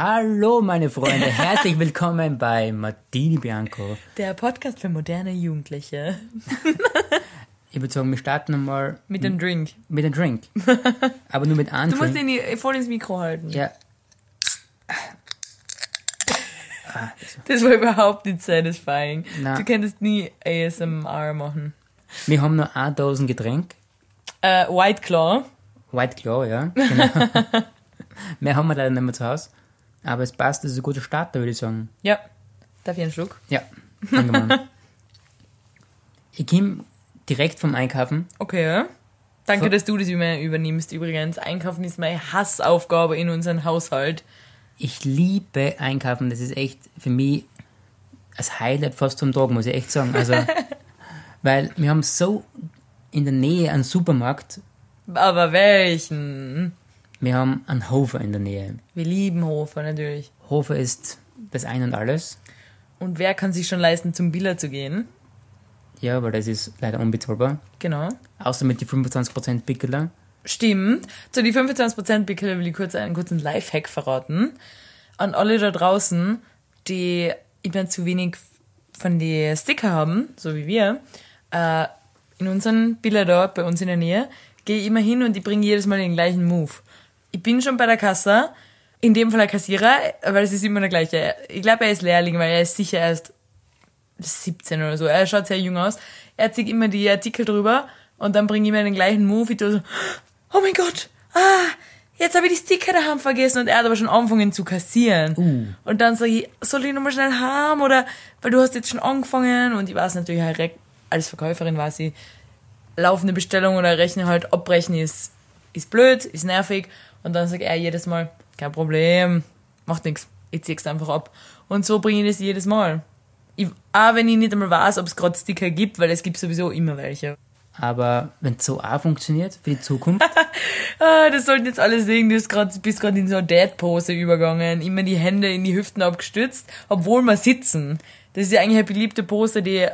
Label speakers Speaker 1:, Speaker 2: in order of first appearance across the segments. Speaker 1: Hallo, meine Freunde, herzlich willkommen bei Martini Bianco.
Speaker 2: Der Podcast für moderne Jugendliche.
Speaker 1: Ich würde sagen, wir starten einmal
Speaker 2: Mit dem Drink.
Speaker 1: mit einem Drink. Aber nur mit einem
Speaker 2: Du musst
Speaker 1: Drink.
Speaker 2: ihn hier vor ins Mikro halten.
Speaker 1: Ja,
Speaker 2: Das war überhaupt nicht satisfying.
Speaker 1: Na.
Speaker 2: Du könntest nie ASMR machen.
Speaker 1: wir haben nur eine Dosen Getränk.
Speaker 2: Äh, White Claw.
Speaker 1: White Claw, ja. Genau. mehr haben wir leider nicht mehr zu Hause. Aber es passt, das ist ein guter Start, da würde ich sagen.
Speaker 2: Ja. Darf ich einen Schluck?
Speaker 1: Ja, danke mal. Ich komme direkt vom Einkaufen.
Speaker 2: Okay, ja. Danke,
Speaker 1: So.
Speaker 2: dass du das immer übernimmst übrigens. Einkaufen ist meine Hassaufgabe in unserem Haushalt.
Speaker 1: Ich liebe Einkaufen. Das ist echt für mich das Highlight fast vom Tag, muss ich echt sagen. Also, weil wir haben so in der Nähe einen Supermarkt.
Speaker 2: Aber welchen?
Speaker 1: Wir haben einen Hofer in der Nähe.
Speaker 2: Wir lieben Hofer natürlich.
Speaker 1: Hofer ist das Ein und Alles.
Speaker 2: Und wer kann sich schon leisten, zum Biller zu gehen?
Speaker 1: Ja, aber das ist leider unbezahlbar.
Speaker 2: Genau.
Speaker 1: Außer mit den 25% Pickeler.
Speaker 2: Stimmt. Zu die 25% Pickel will ich kurz einen kurzen Lifehack verraten. An alle da draußen, die immer zu wenig von den Sticker haben, so wie wir, äh, in unseren Billa da bei uns in der Nähe, gehe ich immer hin und ich bringe jedes Mal den gleichen Move. Ich bin schon bei der Kasse, in dem Fall der Kassierer, weil es ist immer der gleiche. Ich glaube, er ist Lehrling, weil er ist sicher erst 17 oder so. Er schaut sehr jung aus. Er zieht immer die Artikel drüber und dann bringe ich mir den gleichen Move. Ich tue so, oh mein Gott, ah, jetzt habe ich die Sticker daheim vergessen und er hat aber schon angefangen zu kassieren. Und dann sage ich, soll ich nochmal schnell haben oder, weil du hast jetzt schon angefangen und ich weiß natürlich halt, direkt, als Verkäuferin war sie, laufende Bestellung oder rechnen halt, abbrechen ist, ist blöd, ist nervig. Und dann sagt er jedes Mal, kein Problem, macht nichts, ich zieh's einfach ab. Und so bringe ich das jedes Mal. Ich, auch wenn ich nicht einmal weiß, ob es gerade Sticker gibt, weil es gibt sowieso immer welche.
Speaker 1: Aber wenn es so auch funktioniert für die Zukunft,
Speaker 2: Ah, das sollten jetzt alle sehen, du bist grad- bist gerade in so eine Dad-Pose übergangen, immer die Hände in die Hüften abgestützt, obwohl wir sitzen. Das ist ja eigentlich eine beliebte Pose, die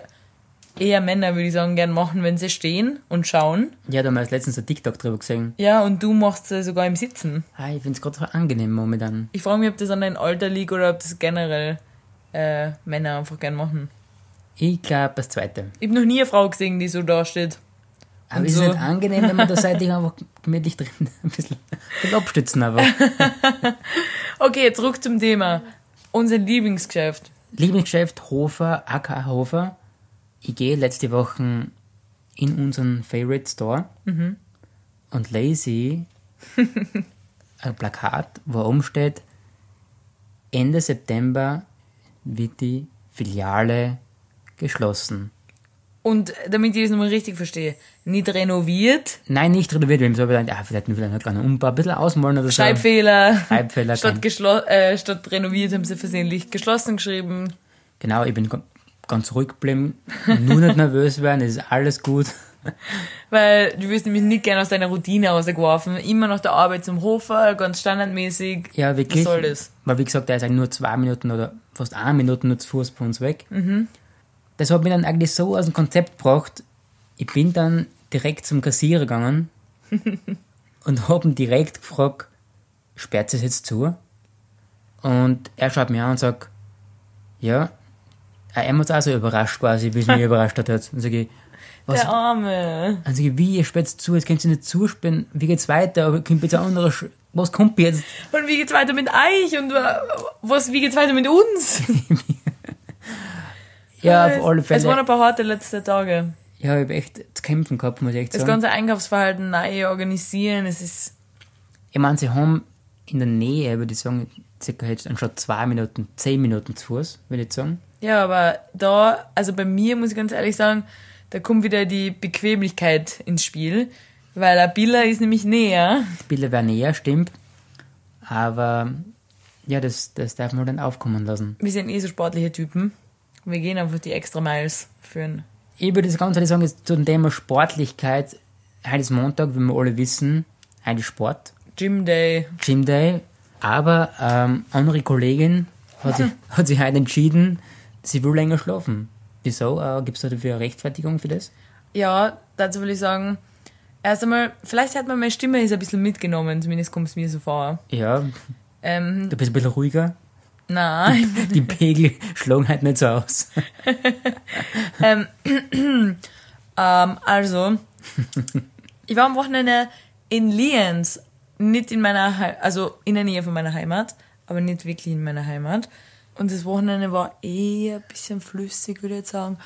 Speaker 2: eher Männer, würde ich sagen, gern machen, wenn sie stehen und schauen.
Speaker 1: ja, da haben wir erst letztens ein TikTok drüber gesehen.
Speaker 2: Ja, und du machst sie sogar im Sitzen.
Speaker 1: Ah, ich finde es gerade so angenehm momentan.
Speaker 2: Ich frage mich, ob das an deinem Alter liegt oder ob das generell äh, Männer einfach gern machen.
Speaker 1: Ich glaube, das Zweite.
Speaker 2: Ich habe noch nie eine Frau gesehen, die so da steht.
Speaker 1: Aber
Speaker 2: Und
Speaker 1: ist
Speaker 2: so.
Speaker 1: es nicht angenehm, wenn man da seitlich einfach gemütlich drin ein bisschen, ein bisschen abstützen aber.
Speaker 2: Okay, zurück zum Thema. Unser Lieblingsgeschäft.
Speaker 1: Lieblingsgeschäft Hofer, aka Hofer. Ich gehe letzte Woche in unseren Favorite Store und lese ein Plakat, wo oben steht, Ende September wird die Filiale geschlossen.
Speaker 2: Und damit ich das nochmal richtig verstehe, nicht renoviert,
Speaker 1: Nein, nicht renoviert, wir haben so gedacht, ah, vielleicht müssen wir einen kleinen Umbau, ein bisschen ausmalen oder so.
Speaker 2: Schreibfehler.
Speaker 1: Schreibfehler, kein-
Speaker 2: Statt, geschlo- äh, statt renoviert haben sie versehentlich geschlossen geschrieben.
Speaker 1: Genau, ich bin ga- ganz ruhig geblieben, nur nicht nervös werden, es ist alles gut.
Speaker 2: Weil du wirst nämlich nicht gerne aus deiner Routine rausgeworfen. Immer nach der Arbeit zum Hofer, ganz standardmäßig.
Speaker 1: Ja, wirklich.
Speaker 2: soll das?
Speaker 1: Weil, wie gesagt, der ist eigentlich nur zwei Minuten oder fast eine Minute nur zu Fuß bei uns weg.
Speaker 2: Mhm.
Speaker 1: Das hat mich dann eigentlich so aus dem Konzept gebracht. Ich bin dann direkt zum Kassierer gegangen und habe ihn direkt gefragt, sperrt es jetzt zu? Und er schaut mir an und sagt, ja. Er hat auch so überrascht quasi, wie es mich überrascht hat. Und sage ich, was,
Speaker 2: Der Arme.
Speaker 1: also wie, ihr sperrt es zu, jetzt könnt ihr nicht zusperren, wie geht's weiter, aber kommt jetzt ein anderer, Sch- was kommt jetzt?
Speaker 2: Und wie geht's weiter mit euch? Und äh, was, wie geht's weiter mit uns?
Speaker 1: Ja, auf alle Fälle.
Speaker 2: Es waren ein paar harte letzte Tage.
Speaker 1: Ja, ich habe echt zu kämpfen gehabt, muss ich echt
Speaker 2: Das
Speaker 1: sagen.
Speaker 2: ganze Einkaufsverhalten neu organisieren, es ist.
Speaker 1: Ich meine, sie haben in der Nähe, würde ich sagen, circa jetzt anstatt zwei Minuten, zehn Minuten zu Fuß, würde ich sagen.
Speaker 2: Ja, aber da, also bei mir muss ich ganz ehrlich sagen, da kommt wieder die Bequemlichkeit ins Spiel, weil der Biller ist nämlich näher.
Speaker 1: Bilder wäre näher, stimmt. Aber ja, das, das darf man dann aufkommen lassen.
Speaker 2: Wir sind eh so sportliche Typen. Wir gehen einfach die extra Miles führen.
Speaker 1: Ich würde das ganz ehrlich sagen, jetzt zum Thema Sportlichkeit. Heute ist Montag, wie wir alle wissen, heute ist Sport,
Speaker 2: Gym Day.
Speaker 1: Gym Day. Aber ähm, andere Kollegin hat sich, hat sich heute entschieden, sie will länger schlafen. Wieso? Äh, Gibt es da dafür eine Rechtfertigung für das?
Speaker 2: Ja, dazu will ich sagen, erst einmal, vielleicht hat man meine Stimme ist ein bisschen mitgenommen, zumindest kommt es mir so vor.
Speaker 1: Ja,
Speaker 2: Ähm,
Speaker 1: Du bist ein bisschen ruhiger.
Speaker 2: nein.
Speaker 1: Die Pegel schlagen halt nicht so aus.
Speaker 2: ähm, also, ich war am Wochenende in Lienz. Nicht in meiner Heimat, also in der Nähe von meiner Heimat, aber nicht wirklich in meiner Heimat. Und das Wochenende war eh ein bisschen flüssig, würde ich jetzt sagen.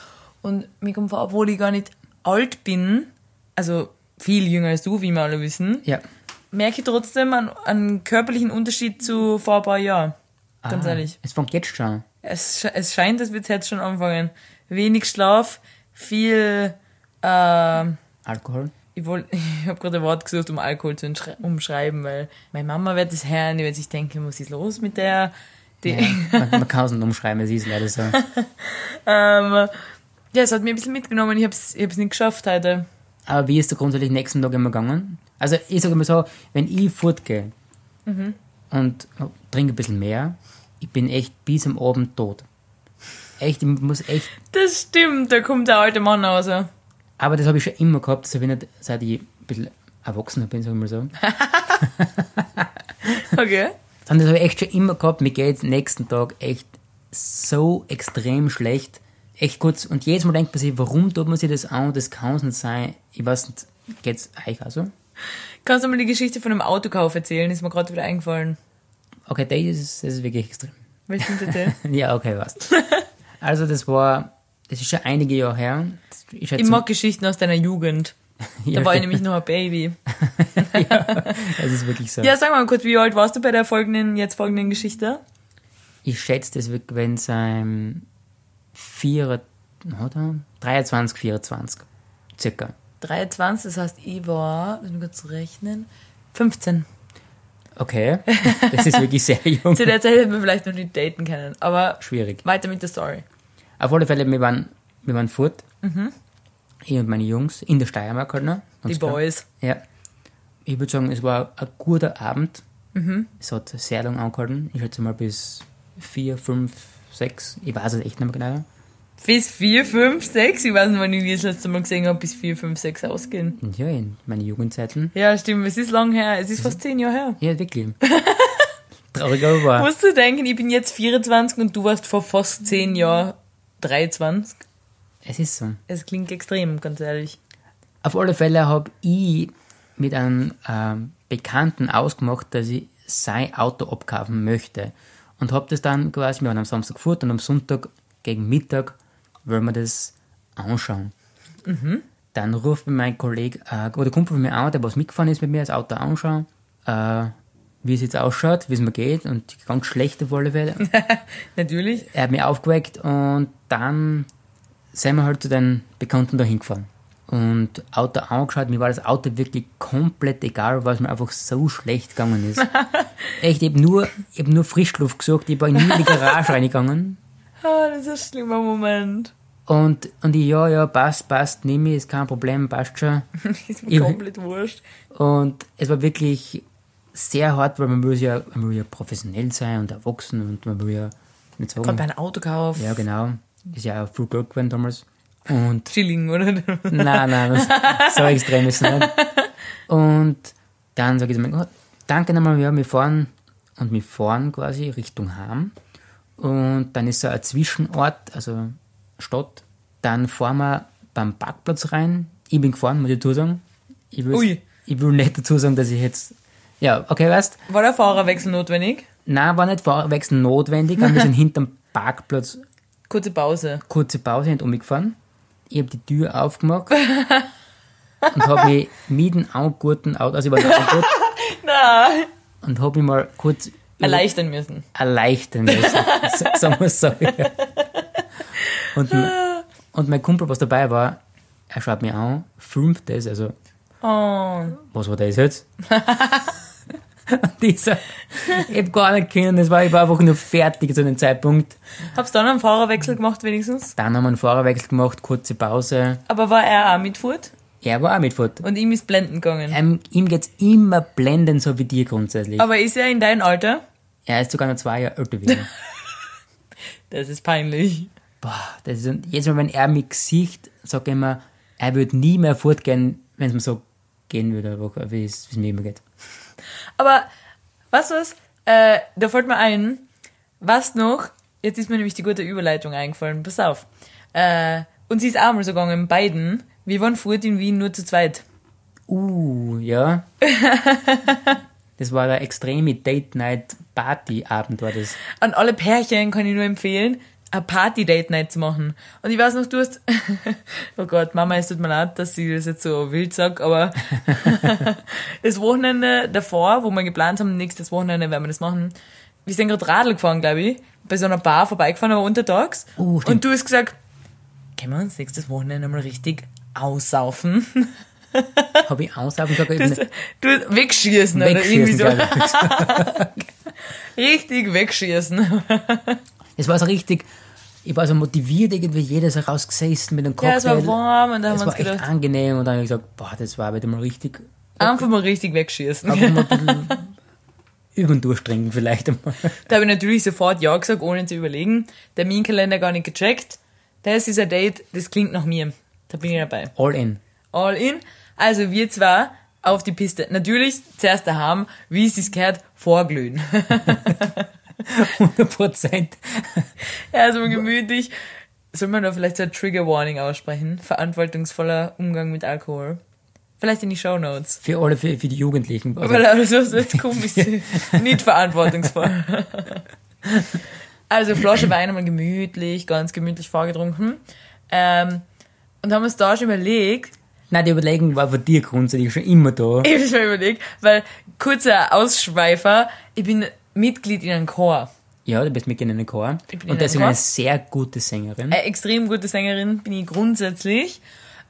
Speaker 2: Und mir kommt vor, obwohl ich gar nicht alt bin, also viel jünger als du, wie wir alle wissen,
Speaker 1: Ja.
Speaker 2: merke ich trotzdem einen, einen körperlichen Unterschied zu vor ein paar Jahren. Ganz
Speaker 1: Ah,
Speaker 2: ehrlich.
Speaker 1: Es fängt jetzt schon an.
Speaker 2: Es, sch- es scheint, als würde es jetzt schon anfangen. Wenig Schlaf, viel. Äh,
Speaker 1: Alkohol.
Speaker 2: ich woll- ich habe gerade ein Wort gesucht, um Alkohol zu entschre- umschreiben, weil meine Mama wird das hören, die wird sich denken, was ist los mit der? Die,
Speaker 1: Man, man kann es nicht umschreiben, es ist leider so.
Speaker 2: ähm, ja, es hat mir ein bisschen mitgenommen, ich habe es ich hab's nicht geschafft heute.
Speaker 1: Aber wie ist der grundsätzlich nächsten Tag immer gegangen? Also ich sage immer so, wenn ich fortgehe
Speaker 2: Mhm.
Speaker 1: und trinke ein bisschen mehr, ich bin echt bis am Abend tot. Echt, ich muss echt.
Speaker 2: Das stimmt, da kommt der alte Mann raus.
Speaker 1: Aber das habe ich schon immer gehabt, das habe ich nicht, seit ich ein bisschen erwachsener bin, sage ich mal so.
Speaker 2: Okay.
Speaker 1: Sondern das habe ich echt schon immer gehabt, mir geht es nächsten Tag echt so extrem schlecht. Echt kurz. Und jedes Mal denkt man sich, warum tut man sich das an? Das kann es nicht sein. Ich weiß nicht, geht's euch auch so?
Speaker 2: Kannst du mal die Geschichte von einem Autokauf erzählen? Ist mir gerade wieder eingefallen.
Speaker 1: Okay, das ist, das ist wirklich extrem.
Speaker 2: Willst du das erzählen?
Speaker 1: Ja, okay, was. Also das war, das ist schon einige Jahre her. Das ist halt
Speaker 2: Ich
Speaker 1: so-
Speaker 2: mag Geschichten aus deiner Jugend.
Speaker 1: ja,
Speaker 2: Da war ich
Speaker 1: stimmt.
Speaker 2: nämlich noch ein Baby.
Speaker 1: Es ist wirklich so.
Speaker 2: Ja, sag mal kurz, wie alt warst du bei der folgenden, jetzt folgenden Geschichte?
Speaker 1: Ich schätze, das wird, wenn es ein 4, oder? 23, 24, circa.
Speaker 2: 23, das heißt, ich war, lass mich kurz rechnen, 15.
Speaker 1: Okay, das ist wirklich sehr jung.
Speaker 2: Zu der Zeit hätten wir vielleicht noch nicht daten können, aber
Speaker 1: Schwierig.
Speaker 2: weiter mit der Story.
Speaker 1: Auf alle Fälle, wir waren, wir waren fort. Ich und meine Jungs in der Steiermark halt noch.
Speaker 2: Mhm. Die
Speaker 1: Ganz klar.
Speaker 2: Boys.
Speaker 1: Ja. Ich würde sagen, es war ein guter Abend.
Speaker 2: Mhm.
Speaker 1: Es hat sehr lange angehalten. Ich schätze mal bis 4, 5, 6. Ich weiß es echt nicht mehr genau.
Speaker 2: Bis 4, 5, 6. Ich weiß nicht, wann ich die das letzte Mal gesehen habe, bis 4, 5, 6 ausgehen.
Speaker 1: Und Ja, in meinen Jugendzeiten.
Speaker 2: Ja, stimmt, es ist lang her. Es ist fast 10 Jahre her.
Speaker 1: Ja, wirklich. Traurig, aber wahr.
Speaker 2: Musst du denken, ich bin jetzt 24 und du warst vor fast 10 Jahren 23.
Speaker 1: Es ist so.
Speaker 2: Es klingt extrem, ganz ehrlich.
Speaker 1: Auf alle Fälle habe ich mit einem ähm, Bekannten ausgemacht, dass ich sein Auto abkaufen möchte. Und habe das dann quasi, wir haben am Samstag gefahren und am Sonntag gegen Mittag wollen wir das anschauen. Dann ruft mir mein Kollege äh, oder Kumpel von mir an, der was mitgefahren ist mit mir, das Auto anschauen, äh, wie es jetzt ausschaut, wie es mir geht und ganz schlecht auf alle Fälle
Speaker 2: Natürlich.
Speaker 1: er hat mich aufgeweckt und dann sind wir halt zu den Bekannten da hingefahren. Und Auto angeschaut, mir war das Auto wirklich komplett egal, weil es mir einfach so schlecht gegangen ist. Echt, ich habe nur, ich hab nur Frischluft gesucht, ich bin nie in die Garage reingegangen.
Speaker 2: Ah, das ist ein schlimmer Moment.
Speaker 1: Und, und ich, ja, ja, passt, passt, nimm ich, ist kein Problem, passt schon.
Speaker 2: Ist mir
Speaker 1: Ich-
Speaker 2: komplett wurscht.
Speaker 1: Und es war wirklich sehr hart, weil man will ja, man will ja professionell sein und erwachsen und man will ja nicht
Speaker 2: Gerade bei
Speaker 1: sagen.
Speaker 2: einem Autokauf.
Speaker 1: Ja, genau. Ist ja auch viel Geld gewesen damals. Und
Speaker 2: Chilling, oder?
Speaker 1: Nein, nein, das- so extrem ist es nicht. Und dann sage ich zu meinem Gott, danke nochmal, ja, wir fahren und wir fahren quasi Richtung Ham. Und dann ist so ein Zwischenort, also Stadt. Dann fahren wir beim Parkplatz rein. Ich bin gefahren, muss ich dazu sagen. Ich will,
Speaker 2: Ui.
Speaker 1: ich will nicht dazu sagen, dass ich jetzt. Ja, okay, weißt
Speaker 2: War der Fahrerwechsel notwendig?
Speaker 1: Nein, war nicht Fahrwechsel notwendig, aber wir sind hinterm Parkplatz
Speaker 2: Kurze Pause.
Speaker 1: kurze Pause und umgefahren. Ich habe die Tür aufgemacht und habe mich mitten angurten, also ich war da angurt,
Speaker 2: Na,
Speaker 1: und habe mich mal kurz
Speaker 2: erleichtern müssen.
Speaker 1: erleichtern lassen. S- sagen wir es so. Ja. Und, m- und mein Kumpel, was dabei war, er schaut mich an, filmt das, also
Speaker 2: Oh.
Speaker 1: was war das jetzt? und ich, so, ich hab gar nicht können, das war, ich war einfach nur fertig zu dem Zeitpunkt.
Speaker 2: Hab's dann einen Fahrerwechsel gemacht wenigstens.
Speaker 1: Dann haben wir einen Fahrerwechsel gemacht, kurze Pause.
Speaker 2: Aber war er auch mitfurt
Speaker 1: Er war auch mit fort.
Speaker 2: und ihm ist blenden gegangen.
Speaker 1: Ähm, ihm geht's immer blendend, so wie dir grundsätzlich.
Speaker 2: Aber ist er in deinem Alter?
Speaker 1: er ist sogar noch zwei Jahre älter wie ich.
Speaker 2: Das ist peinlich.
Speaker 1: Boah, das ist, und jedes Mal, wenn er mich sieht, sagt er immer, er würde nie mehr fortgehen, wenn es mir so gehen würde, aber wie es wie es mir immer geht.
Speaker 2: Aber, weißt du was? Äh, da fällt mir ein, was noch, jetzt ist mir nämlich die gute Überleitung eingefallen, pass auf. Äh, und sie ist auch mal so gegangen, beiden. Wir waren vorher in Wien nur zu zweit.
Speaker 1: Uh, ja. Das war eine extreme Date-Night-Party-Abend, war das.
Speaker 2: An alle Pärchen kann ich nur empfehlen, eine Party-Date-Night zu machen. Und ich weiß noch, du hast... oh Gott, Mama, es tut mir leid, dass ich das jetzt so wild sag, aber das Wochenende davor, wo wir geplant haben, nächstes Wochenende werden wir das machen, wir sind gerade Radl gefahren, glaube ich, bei so einer Bar vorbeigefahren, aber untertags.
Speaker 1: Uh, stimmt.
Speaker 2: Und du hast gesagt, können wir uns nächstes Wochenende mal richtig aussaufen?
Speaker 1: Habe ich aussaufen gesagt, ich ne,
Speaker 2: Das,
Speaker 1: bin
Speaker 2: du wegschießen, oder irgendwie
Speaker 1: wegschießen.
Speaker 2: so.
Speaker 1: glaub ich.
Speaker 2: Richtig wegschießen.
Speaker 1: Es war so richtig, ich war so motiviert, irgendwie jedes rausgesessen mit einem Cocktail.
Speaker 2: Ja, es war warm und da haben
Speaker 1: Es
Speaker 2: wir
Speaker 1: war
Speaker 2: uns
Speaker 1: echt
Speaker 2: gedacht,
Speaker 1: angenehm und dann habe ich gesagt, boah, das war wieder mal richtig,
Speaker 2: einfach mal richtig wegschießen.
Speaker 1: einfach mal ein bisschen über den Durst trinken vielleicht einmal.
Speaker 2: Da habe ich natürlich sofort Ja gesagt, ohne zu überlegen. Terminkalender gar nicht gecheckt. Das ist ein Date, das klingt nach mir. Da bin ich dabei.
Speaker 1: All in.
Speaker 2: All in. Also wir zwar auf die Piste. Natürlich zuerst daheim, wie es sich gehört, vorglühen.
Speaker 1: 100 Prozent.
Speaker 2: Also gemütlich. Soll man da vielleicht so ein Trigger Warning aussprechen? Verantwortungsvoller Umgang mit Alkohol. Vielleicht in die Show Notes.
Speaker 1: Für alle, für, für die Jugendlichen. Also,
Speaker 2: Weil alles was jetzt komisch ist. Nicht verantwortungsvoll. Also Flasche Wein einmal gemütlich, ganz gemütlich vorgetrunken. Ähm, und haben uns da schon überlegt,
Speaker 1: nein, die Überlegung war von dir grundsätzlich schon immer da.
Speaker 2: ich hab schon überlegt, weil kurzer Ausschweifer, ich bin Mitglied in einem Chor.
Speaker 1: Ja, du bist mit in einem Chor.
Speaker 2: Ich bin in
Speaker 1: Und
Speaker 2: einem
Speaker 1: deswegen
Speaker 2: Chor.
Speaker 1: eine sehr gute Sängerin.
Speaker 2: Eine extrem gute Sängerin bin ich grundsätzlich.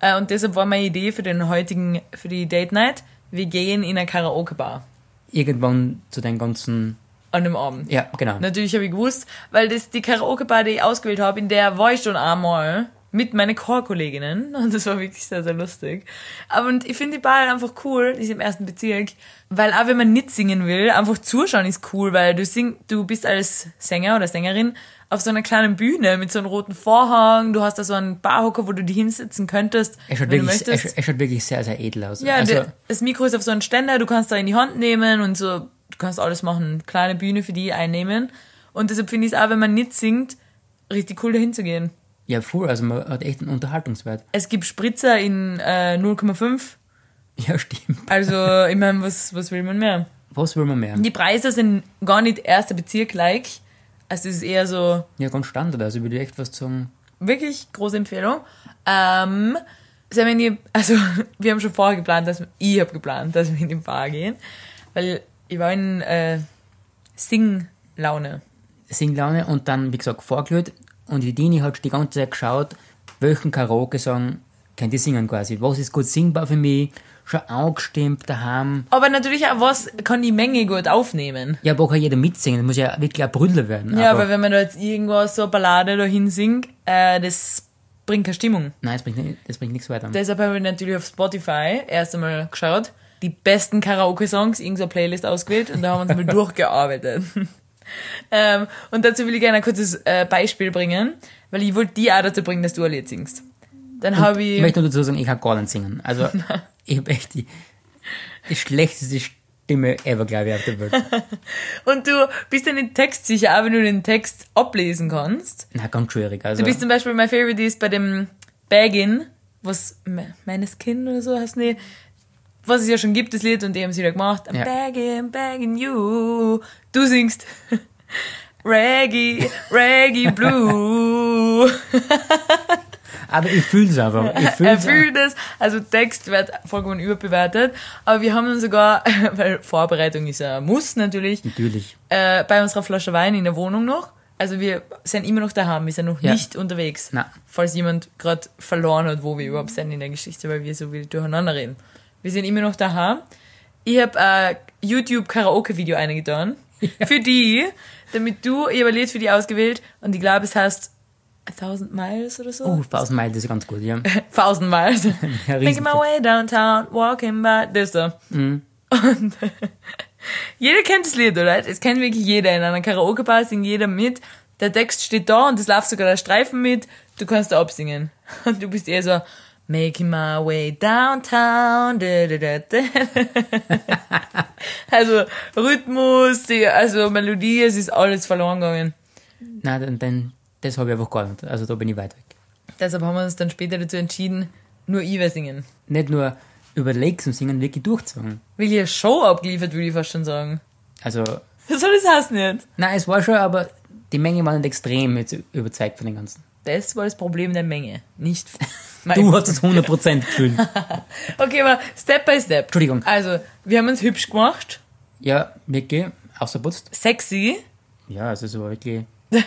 Speaker 2: Äh, Und deshalb war meine Idee für den heutigen, für die Date Night, wir gehen in eine Karaoke-Bar
Speaker 1: Irgendwann zu den ganzen.
Speaker 2: an dem Abend.
Speaker 1: Ja, genau.
Speaker 2: Natürlich habe ich gewusst, weil das die Karaoke-Bar, die ich ausgewählt habe, in der war ich schon einmal mit meinen Chorkolleginnen. Und das war wirklich sehr, sehr lustig. Aber und ich finde die Bar halt einfach cool, die ist im ersten Bezirk. Weil auch wenn man nicht singen will, einfach zuschauen ist cool, weil du sing, du bist als Sänger oder Sängerin auf so einer kleinen Bühne mit so einem roten Vorhang, du hast da so einen Barhocker, wo du dich hinsetzen könntest,
Speaker 1: Er schaut,
Speaker 2: wenn du
Speaker 1: wirklich, er,
Speaker 2: möchtest.
Speaker 1: schaut- er schaut wirklich sehr, sehr edel aus.
Speaker 2: Ja,
Speaker 1: also,
Speaker 2: der, das Mikro ist auf so einem Ständer, du kannst da in die Hand nehmen und so, du kannst alles machen, kleine Bühne für die einnehmen. Und deshalb finde ich es auch, wenn man nicht singt, richtig cool dahin zu gehen.
Speaker 1: ja, voll. Also, man hat echt einen Unterhaltungswert.
Speaker 2: Es gibt Spritzer in äh, 0,5.
Speaker 1: Ja, stimmt.
Speaker 2: Also, ich meine, was, was will man mehr?
Speaker 1: Was will man mehr?
Speaker 2: Die Preise sind gar nicht erster Bezirk like. Also, es ist eher so
Speaker 1: Ja, ganz Standard. Also, ich würde echt was sagen.
Speaker 2: wirklich große Empfehlung. Ähm, sind wir in die, also wir haben schon vorher geplant, dass wir, ich habe geplant, dass wir in die Bar gehen, weil ich war in äh, Sing-Laune.
Speaker 1: Singlaune und dann, wie gesagt, vorgelöst. Und die Dini hat die ganze Zeit geschaut, welchen Karaoke-Song könnt ihr singen quasi. Was ist gut singbar für mich? Schon angestimmt daheim.
Speaker 2: Aber natürlich auch was kann die Menge gut aufnehmen.
Speaker 1: Ja, aber auch jeder mitsingen. Das muss ja wirklich ein Brüdler werden.
Speaker 2: Ja,
Speaker 1: aber,
Speaker 2: aber wenn man da jetzt irgendwas so eine Ballade dahin singt, äh, das bringt keine Stimmung.
Speaker 1: Nein, das bringt, nicht- das bringt nichts weiter.
Speaker 2: Deshalb habe ich natürlich auf Spotify erst einmal geschaut, die besten Karaoke-Songs, irgendeine Playlist ausgewählt und da haben wir uns mal durchgearbeitet. ähm, und dazu will ich gerne ein kurzes äh, Beispiel bringen, weil ich wollte die auch dazu bringen, dass du ein Lied singst. Dann habe
Speaker 1: Ich
Speaker 2: ich,
Speaker 1: möchte nur dazu sagen, ich kann gar nicht singen. Also, ich habe echt die, die schlechteste Stimme ever, glaube ich, auf der Welt.
Speaker 2: und du bist ja nicht textsicher, auch wenn du den Text ablesen kannst.
Speaker 1: Na, ganz schwierig. Also,
Speaker 2: Du bist zum Beispiel, mein Favorite ist bei dem Baggin, was, Me- meines Kind oder so heißt, nee, was es ja schon gibt, das Lied, und die haben es wieder gemacht. I'm
Speaker 1: Ja.
Speaker 2: begging, begging you. Du singst Reggae, Reggae Blue.
Speaker 1: aber ich fühle es einfach. Ich fühle
Speaker 2: er
Speaker 1: es.
Speaker 2: fühlt es. Also Text wird vollkommen überbewertet. Aber wir haben dann sogar, weil Vorbereitung ist ja ein Muss natürlich,
Speaker 1: Natürlich.
Speaker 2: äh, bei unserer Flasche Wein in der Wohnung noch. Also wir sind immer noch daheim, wir sind noch
Speaker 1: Ja.
Speaker 2: nicht unterwegs.
Speaker 1: Na.
Speaker 2: Falls jemand gerade verloren hat, wo wir überhaupt sind in der Geschichte, weil wir so wild durcheinander reden. Wir sind immer noch daheim. Ich habe ein YouTube-Karaoke-Video eingetan. Für die, damit du, ich habe ein Lied für die ausgewählt und ich glaube, es heißt A Thousand Miles oder so.
Speaker 1: Oh, 1000 Meilen, das ist ganz gut, ja.
Speaker 2: Thousand Miles.
Speaker 1: Ja,
Speaker 2: Making my way downtown, walking by. Das da. Und jeder kennt das Lied, oder? Es kennt wirklich jeder. In einer Karaoke-Bar singt jeder mit. Der Text steht da und es läuft sogar der Streifen mit. Du kannst da absingen. Und du bist eher so, Making my way downtown. Da, da, da, da. also Rhythmus, die, also Melodie, es ist alles verloren gegangen.
Speaker 1: Nein, dann, dann, das habe ich einfach gar nicht. Also da bin ich weit weg.
Speaker 2: Deshalb haben wir uns dann später dazu entschieden, nur Iwe singen.
Speaker 1: Nicht nur überlegt zum Singen, wirklich durchzogen.
Speaker 2: Wirklich eine Show abgeliefert, würde ich fast schon sagen.
Speaker 1: Also,
Speaker 2: Was soll das heißen jetzt?
Speaker 1: nein, es war schon, aber die Menge war nicht extrem jetzt überzeugt von dem Ganzen.
Speaker 2: Das war das Problem der Menge, nicht
Speaker 1: Du hast es 100% gefühlt.
Speaker 2: Okay, aber Step by Step.
Speaker 1: Entschuldigung.
Speaker 2: Also, wir haben uns hübsch gemacht,
Speaker 1: Ja, wirklich, außerputzt.
Speaker 2: sexy
Speaker 1: Ja, also so wirklich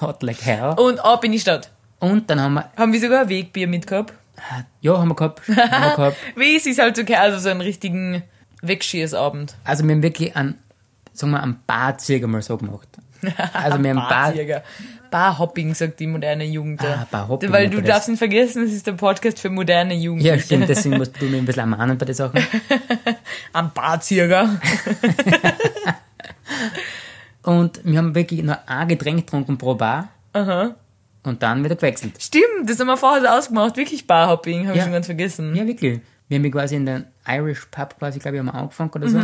Speaker 1: hot like hell.
Speaker 2: und ab in die Stadt.
Speaker 1: Und dann haben wir,
Speaker 2: Haben wir sogar ein Wegbier mitgehabt.
Speaker 1: ja, haben wir gehabt, haben wir gehabt.
Speaker 2: Wie es ist halt so, geil, also so einen richtigen Wegschießabend.
Speaker 1: Also wir haben wirklich einen, sagen wir, einen Barzirger mal so gemacht. Also wir haben Bar,
Speaker 2: Barzirger. Barhopping, sagt die moderne Jugend.
Speaker 1: Ah, Barhopping,
Speaker 2: Weil
Speaker 1: ja,
Speaker 2: du
Speaker 1: das-
Speaker 2: darfst nicht vergessen, es ist der Podcast für moderne Jugend.
Speaker 1: Ja, stimmt, deswegen musst du mir ein bisschen am Ahnen bei den Sachen.
Speaker 2: Am Barzirger.
Speaker 1: Und wir haben wirklich nur ein Getränk getrunken pro Bar
Speaker 2: Aha.
Speaker 1: und dann wieder gewechselt.
Speaker 2: Stimmt, das haben wir vorher so ausgemacht. Wirklich Barhopping,
Speaker 1: Ja.
Speaker 2: habe ich schon ganz vergessen.
Speaker 1: Ja, wirklich. Wir haben ja quasi in den Irish Pub quasi, glaube ich, haben wir angefangen oder so.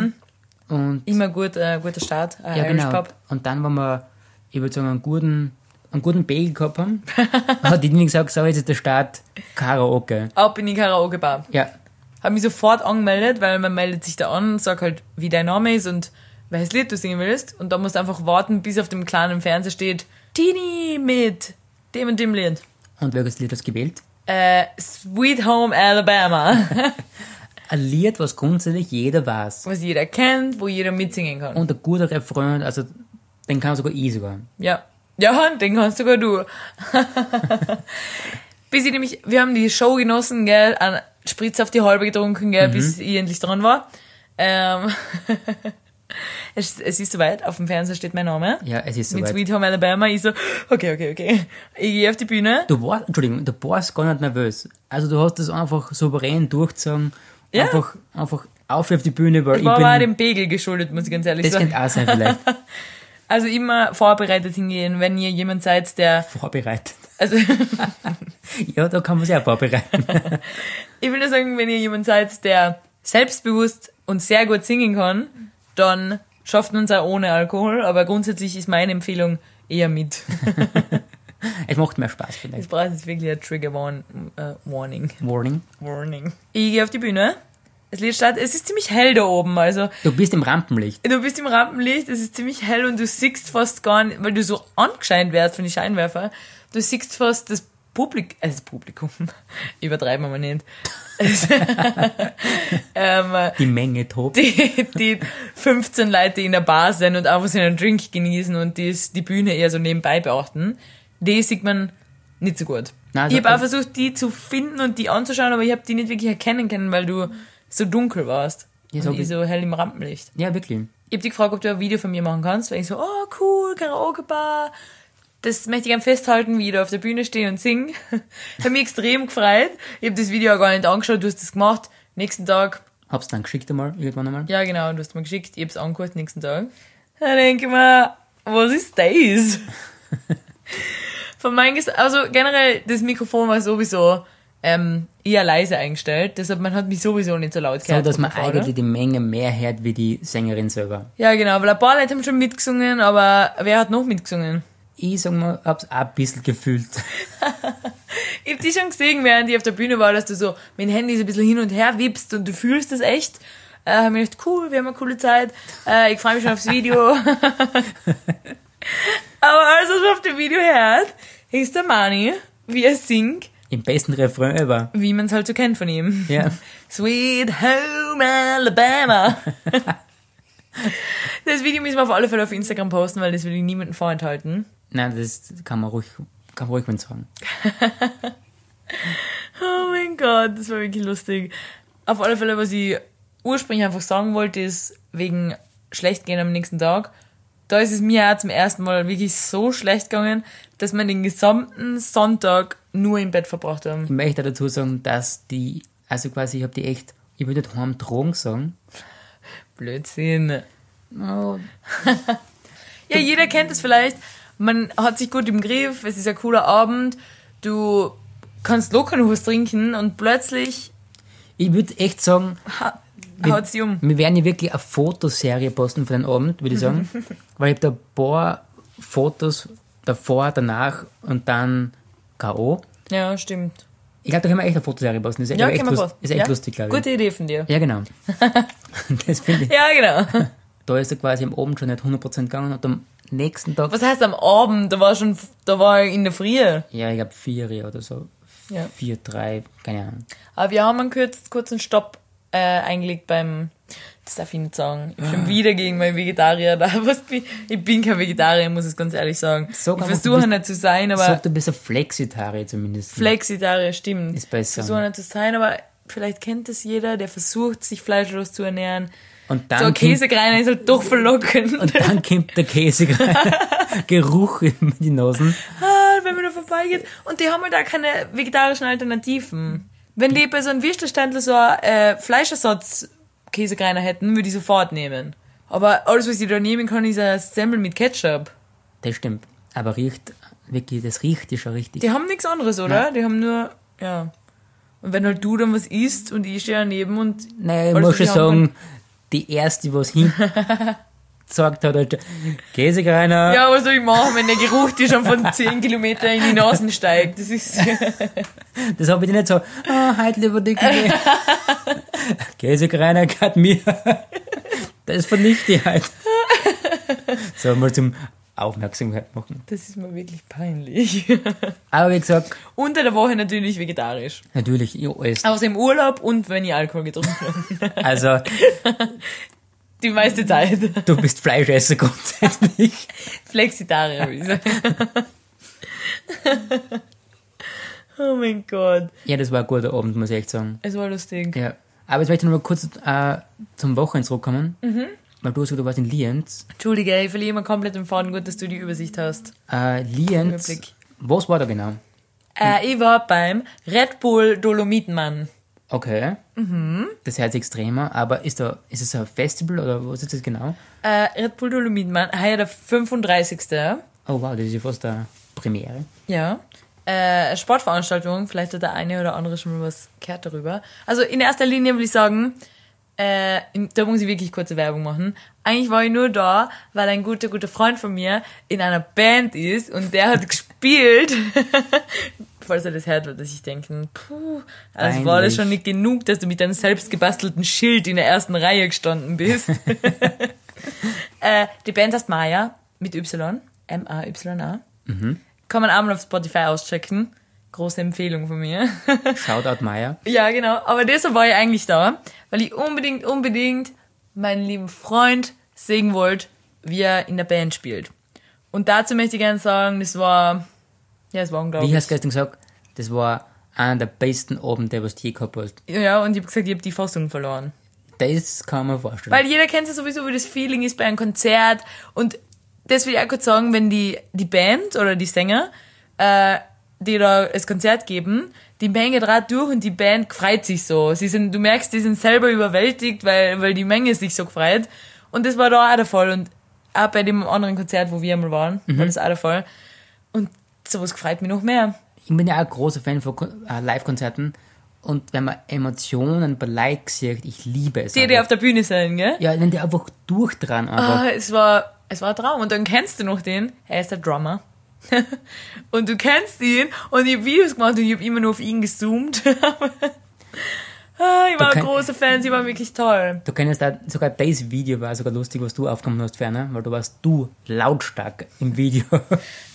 Speaker 1: Und
Speaker 2: Immer gut, äh, guter Start. Äh,
Speaker 1: ja,
Speaker 2: Mhm. Irish
Speaker 1: genau.
Speaker 2: Pub.
Speaker 1: Und dann, wenn wir, ich würde sagen, einen guten, einen guten Bagel gehabt haben, hat die Dini gesagt, so, jetzt ist der Start Karaoke.
Speaker 2: Ab in die Karaoke-Bar.
Speaker 1: Ja,
Speaker 2: Hab mich sofort angemeldet, weil man meldet sich da an und sagt halt, wie dein Name ist und welches Lied du singen willst. Und da musst du einfach warten, bis auf dem kleinen Fernseher steht, Tini mit dem und dem Lied.
Speaker 1: und welches Lied hast du gewählt?
Speaker 2: Äh, Sweet Home Alabama.
Speaker 1: Ein Lied, was grundsätzlich jeder weiß.
Speaker 2: Was jeder kennt, wo jeder mitsingen kann.
Speaker 1: Und ein guter Refrain, also den kann man sogar ich sogar.
Speaker 2: Ja. Ja, den kannst sogar du. bis ich nämlich, wir haben die Show genossen, gell, an Spritz auf die halbe getrunken, gell,
Speaker 1: Mhm.
Speaker 2: bis ich endlich dran war. Ähm, es, es ist soweit, auf dem Fernseher steht mein Name.
Speaker 1: Ja, es ist
Speaker 2: mit
Speaker 1: soweit.
Speaker 2: Sweet Home Alabama. Ich so, okay, okay, okay. Ich gehe auf die Bühne.
Speaker 1: Du warst, Entschuldigung, du warst gar nicht nervös. Also du hast das einfach souverän durchgezogen.
Speaker 2: Ja.
Speaker 1: Einfach, einfach auf auf die Bühne, weil ich,
Speaker 2: Ich war
Speaker 1: bin...
Speaker 2: aber auch dem Pegel geschuldet, muss ich ganz ehrlich
Speaker 1: das
Speaker 2: sagen.
Speaker 1: könnte auch sein vielleicht,
Speaker 2: Also immer vorbereitet hingehen, wenn ihr jemand seid, der,
Speaker 1: vorbereitet.
Speaker 2: also
Speaker 1: Ja, da kann man sich auch vorbereiten.
Speaker 2: ich will nur sagen, wenn ihr jemand seid, der selbstbewusst und sehr gut singen kann, dann schafft man es auch ohne Alkohol. Aber grundsätzlich ist meine Empfehlung eher mit.
Speaker 1: Es macht mehr Spaß vielleicht.
Speaker 2: Ich brauche jetzt wirklich ein Trigger Warn, äh, Warning.
Speaker 1: Warning.
Speaker 2: Warning. Ich gehe auf die Bühne. Das Lied startet. Es ist ziemlich hell da oben, also
Speaker 1: Du bist im Rampenlicht.
Speaker 2: Du bist im Rampenlicht, es ist ziemlich hell und du siehst fast gar nicht, weil du so angescheint wärst von den Scheinwerfer, du siehst fast das Publikum, also das Publikum, übertreiben wir mal nicht, Es- ähm,
Speaker 1: Die Menge tobt.
Speaker 2: die, die 15 Leute in der Bar sind und einfach so einen Drink genießen und die, die Bühne eher so nebenbei beachten, die sieht man nicht so gut.
Speaker 1: Nein,
Speaker 2: ich
Speaker 1: also-
Speaker 2: habe auch versucht, die zu finden und die anzuschauen, aber ich habe die nicht wirklich erkennen können, weil du so dunkel warst.
Speaker 1: Ja, so
Speaker 2: und ich
Speaker 1: wie-
Speaker 2: so hell im Rampenlicht.
Speaker 1: Ja, wirklich.
Speaker 2: Ich hab dich gefragt, ob du ein Video von mir machen kannst, weil ich so, oh cool, Karaoke-Bar. Das möchte ich gern festhalten, wie ich da auf der Bühne stehe und singe. Hat mich extrem gefreut. Ich hab das Video auch gar nicht angeschaut, du hast das gemacht. Nächsten Tag,
Speaker 1: Hab's dann geschickt einmal, irgendwann einmal.
Speaker 2: ja genau, du hast mir geschickt, ich hab's angehört, nächsten Tag. Da denke ich mir, was ist das? von meinem Ges also generell, das Mikrofon war sowieso ähm, eher leise eingestellt, deshalb man hat mich sowieso nicht so laut
Speaker 1: So,
Speaker 2: gehört.
Speaker 1: dass
Speaker 2: von
Speaker 1: man
Speaker 2: vorne.
Speaker 1: eigentlich die Menge mehr hört wie die Sängerin selber.
Speaker 2: Ja, genau, weil ein paar Leute haben schon mitgesungen, aber wer hat noch mitgesungen?
Speaker 1: Ich, sag mal, hab's auch ein bisschen gefühlt.
Speaker 2: Ich hab dich schon gesehen, während ich auf der Bühne war, dass du so mit dem Handy so ein bisschen hin und her wippst und du fühlst das echt. Äh, hab mir gedacht, cool, wir haben eine coole Zeit. Äh, ich freue mich schon aufs Video. aber alles, was man auf dem Video hört, ist der Mani, wie er singt,
Speaker 1: Im besten Refrain ever.
Speaker 2: wie man es halt so kennt von ihm.
Speaker 1: Ja.
Speaker 2: Sweet Home Alabama. das Video müssen wir auf alle Fälle auf Instagram posten, weil das will ich niemandem vorenthalten.
Speaker 1: Nein, das kann man ruhig, kann man ruhig mal sagen.
Speaker 2: Oh mein Gott, das war wirklich lustig. Auf alle Fälle, was ich ursprünglich einfach sagen wollte, ist wegen schlecht gehen am nächsten Tag. Da ist es mir auch zum ersten Mal wirklich so schlecht gegangen, dass wir den gesamten Sonntag nur im Bett verbracht haben.
Speaker 1: Ich möchte auch dazu sagen, dass die, also quasi, ich habe die echt, ich würde nicht heim Drogen sagen.
Speaker 2: Blödsinn.
Speaker 1: Oh,
Speaker 2: Ja, jeder kennt es vielleicht. Man hat sich gut im Griff, es ist ein cooler Abend. Du kannst Lokanhus trinken und plötzlich
Speaker 1: Ich würde echt sagen,
Speaker 2: ha,
Speaker 1: Wir-
Speaker 2: haut sie um.
Speaker 1: wir werden ja wirklich eine Fotoserie posten für den Abend, würde ich sagen. weil ich habe da ein paar Fotos davor, danach und dann K.O.
Speaker 2: Ja, stimmt.
Speaker 1: Ich glaube, da können wir echt eine Fotoserie posten. Das ist
Speaker 2: Ja,
Speaker 1: echt,
Speaker 2: kann man
Speaker 1: lust,
Speaker 2: posten.
Speaker 1: ist echt
Speaker 2: ja?
Speaker 1: lustig, glaube ich.
Speaker 2: Gute Idee von dir.
Speaker 1: Ja, genau. das finde ich.
Speaker 2: Ja, genau.
Speaker 1: Da ist er quasi am Abend schon nicht 100% gegangen und am nächsten Tag,
Speaker 2: Was heißt am Abend? Da war schon, da war ich in der Früh.
Speaker 1: ja, ich glaube, 4 oder so.
Speaker 2: Ja.
Speaker 1: 4, 3, keine Ahnung.
Speaker 2: Aber wir haben einen kurz, kurzen Stopp äh, eingelegt beim. Das darf ich nicht sagen. Ich bin
Speaker 1: Ah.
Speaker 2: schon wieder gegen meinen Vegetarier da. Was bin, ich bin kein Vegetarier, muss ich ganz ehrlich sagen.
Speaker 1: Sag
Speaker 2: ich
Speaker 1: einfach, du
Speaker 2: versuche
Speaker 1: bist-
Speaker 2: nicht zu sein, aber
Speaker 1: Sag, du bist ein Flexitarier zumindest.
Speaker 2: Flexitarier, stimmt.
Speaker 1: Ist besser.
Speaker 2: Ich versuche nicht zu sein, aber vielleicht kennt es jeder, der versucht, sich fleischlos zu ernähren.
Speaker 1: und
Speaker 2: So
Speaker 1: dann,
Speaker 2: ein Käsekreiner ist halt doch verlockend.
Speaker 1: kommt, und dann kommt der Käse Geruch über die Nasen.
Speaker 2: ah, wenn man da vorbeigeht. Und die haben halt auch keine vegetarischen Alternativen. Wenn die bei so einem Würstelständler so einen äh, Fleischersatz-Käsekreiner hätten, würde ich sofort nehmen. Aber alles, was ich da nehmen kann, ist ein Semmel mit Ketchup.
Speaker 1: Das stimmt. Aber riecht, wirklich, das riecht ja schon richtig.
Speaker 2: Die haben nichts anderes, oder? Die haben nur, ja. Und wenn halt du dann was isst und ich stehe daneben und
Speaker 1: Nein, ich
Speaker 2: Alles,
Speaker 1: muss schon
Speaker 2: was die haben
Speaker 1: sagen, die erste, was hin gesagt hat, halt hat Käsekreiner.
Speaker 2: ja, was soll ich machen, wenn der Geruch dir schon von 10 Kilometer in die Nasen steigt? Das ist,
Speaker 1: Das habe ich dir nicht so, ah, heute lieber Dicke. Käsekreiner gehört mir. Das vernichte ich halt. So, mal zum Aufmerksamkeit machen.
Speaker 2: das ist mir wirklich peinlich.
Speaker 1: Aber wie gesagt,
Speaker 2: Unter der Woche natürlich vegetarisch.
Speaker 1: natürlich, ich esse.
Speaker 2: Außer im Urlaub und wenn ich Alkohol getrunken habe.
Speaker 1: Also,
Speaker 2: Die meiste Zeit.
Speaker 1: du bist Fleischesser grundsätzlich.
Speaker 2: Flexitarier, würde ich sagen. oh mein Gott.
Speaker 1: Ja, das war ein guter Abend, muss ich echt sagen.
Speaker 2: Es war lustig.
Speaker 1: Ja. Aber jetzt möchte ich noch mal kurz äh, zum Wochenende zurückkommen.
Speaker 2: Mhm.
Speaker 1: Weil du hast gesagt, du warst in Lienz.
Speaker 2: Entschuldige, ich verliere immer komplett den Faden. Gut, dass du die Übersicht hast.
Speaker 1: Äh, Lienz,
Speaker 2: Überblick.
Speaker 1: was war da genau?
Speaker 2: Äh, ich war beim Red Bull Dolomitenmann.
Speaker 1: Okay.
Speaker 2: Mhm.
Speaker 1: Das hört sich extremer, aber ist da ist es ein Festival oder was ist das genau?
Speaker 2: Äh, Red Bull Dolomitenmann, heuer der 35.
Speaker 1: Oh wow, das ist ja fast eine Premiere.
Speaker 2: Ja. Äh, Sportveranstaltung, vielleicht hat der eine oder andere schon mal was gehört darüber. Also in erster Linie würde ich sagen, äh, in, da muss ich wirklich kurze Werbung machen. Eigentlich war ich nur da, weil ein guter, guter Freund von mir in einer Band ist und der hat gespielt. Falls er das hört, wird er sich denken, puh, also war
Speaker 1: Peinlich.
Speaker 2: das schon nicht genug, dass du mit deinem selbst gebastelten Schild in der ersten Reihe gestanden bist. äh, die Band heißt Maya mit Y, M-A-Y-A. Kann man auch mal auf Spotify auschecken. Große Empfehlung von mir.
Speaker 1: Shoutout Meier.
Speaker 2: ja, genau. Aber deshalb war ich eigentlich da, weil ich unbedingt, unbedingt meinen lieben Freund sehen wollte, wie er in der Band spielt. Und dazu möchte ich gerne sagen, das war, ja, es war unglaublich.
Speaker 1: Wie hast du gestern gesagt? Das war einer der besten Abende, was du je gehabt hast.
Speaker 2: ja, und ich habe gesagt, ich habe die Fassung verloren.
Speaker 1: Das kann man vorstellen.
Speaker 2: Weil jeder kennt ja sowieso, wie das Feeling ist bei einem Konzert. Und das will ich auch kurz sagen, wenn die, die Band oder die Sänger, äh, die da das Konzert geben, die Menge draht durch und die Band freut sich so. Sie sind, du merkst, die sind selber überwältigt, weil, weil die Menge sich so freut. Und das war da auch der Fall. Und auch bei dem anderen Konzert, wo wir einmal waren, war das auch der Fall. Und sowas freut mich noch mehr.
Speaker 1: ich bin ja auch ein großer Fan von Kon- äh, Live-Konzerten. Und wenn man Emotionen bei Like sieht, ich liebe es.
Speaker 2: Die, die
Speaker 1: einfach.
Speaker 2: auf der Bühne sind, gell?
Speaker 1: ja, wenn die einfach durchdran einfach.
Speaker 2: Ah, es war, es war ein Traum. Und dann kennst du noch den. Er ist der Drummer. und du kennst ihn. Und ich habe Videos gemacht und ich habe immer nur auf ihn gezoomt. ah, ich war
Speaker 1: Du
Speaker 2: ein
Speaker 1: kann-
Speaker 2: großer Fan. Sie war wirklich toll.
Speaker 1: Du kennst da, sogar das Video war sogar lustig, was du aufgenommen hast, Ferner, weil du warst du lautstark im Video.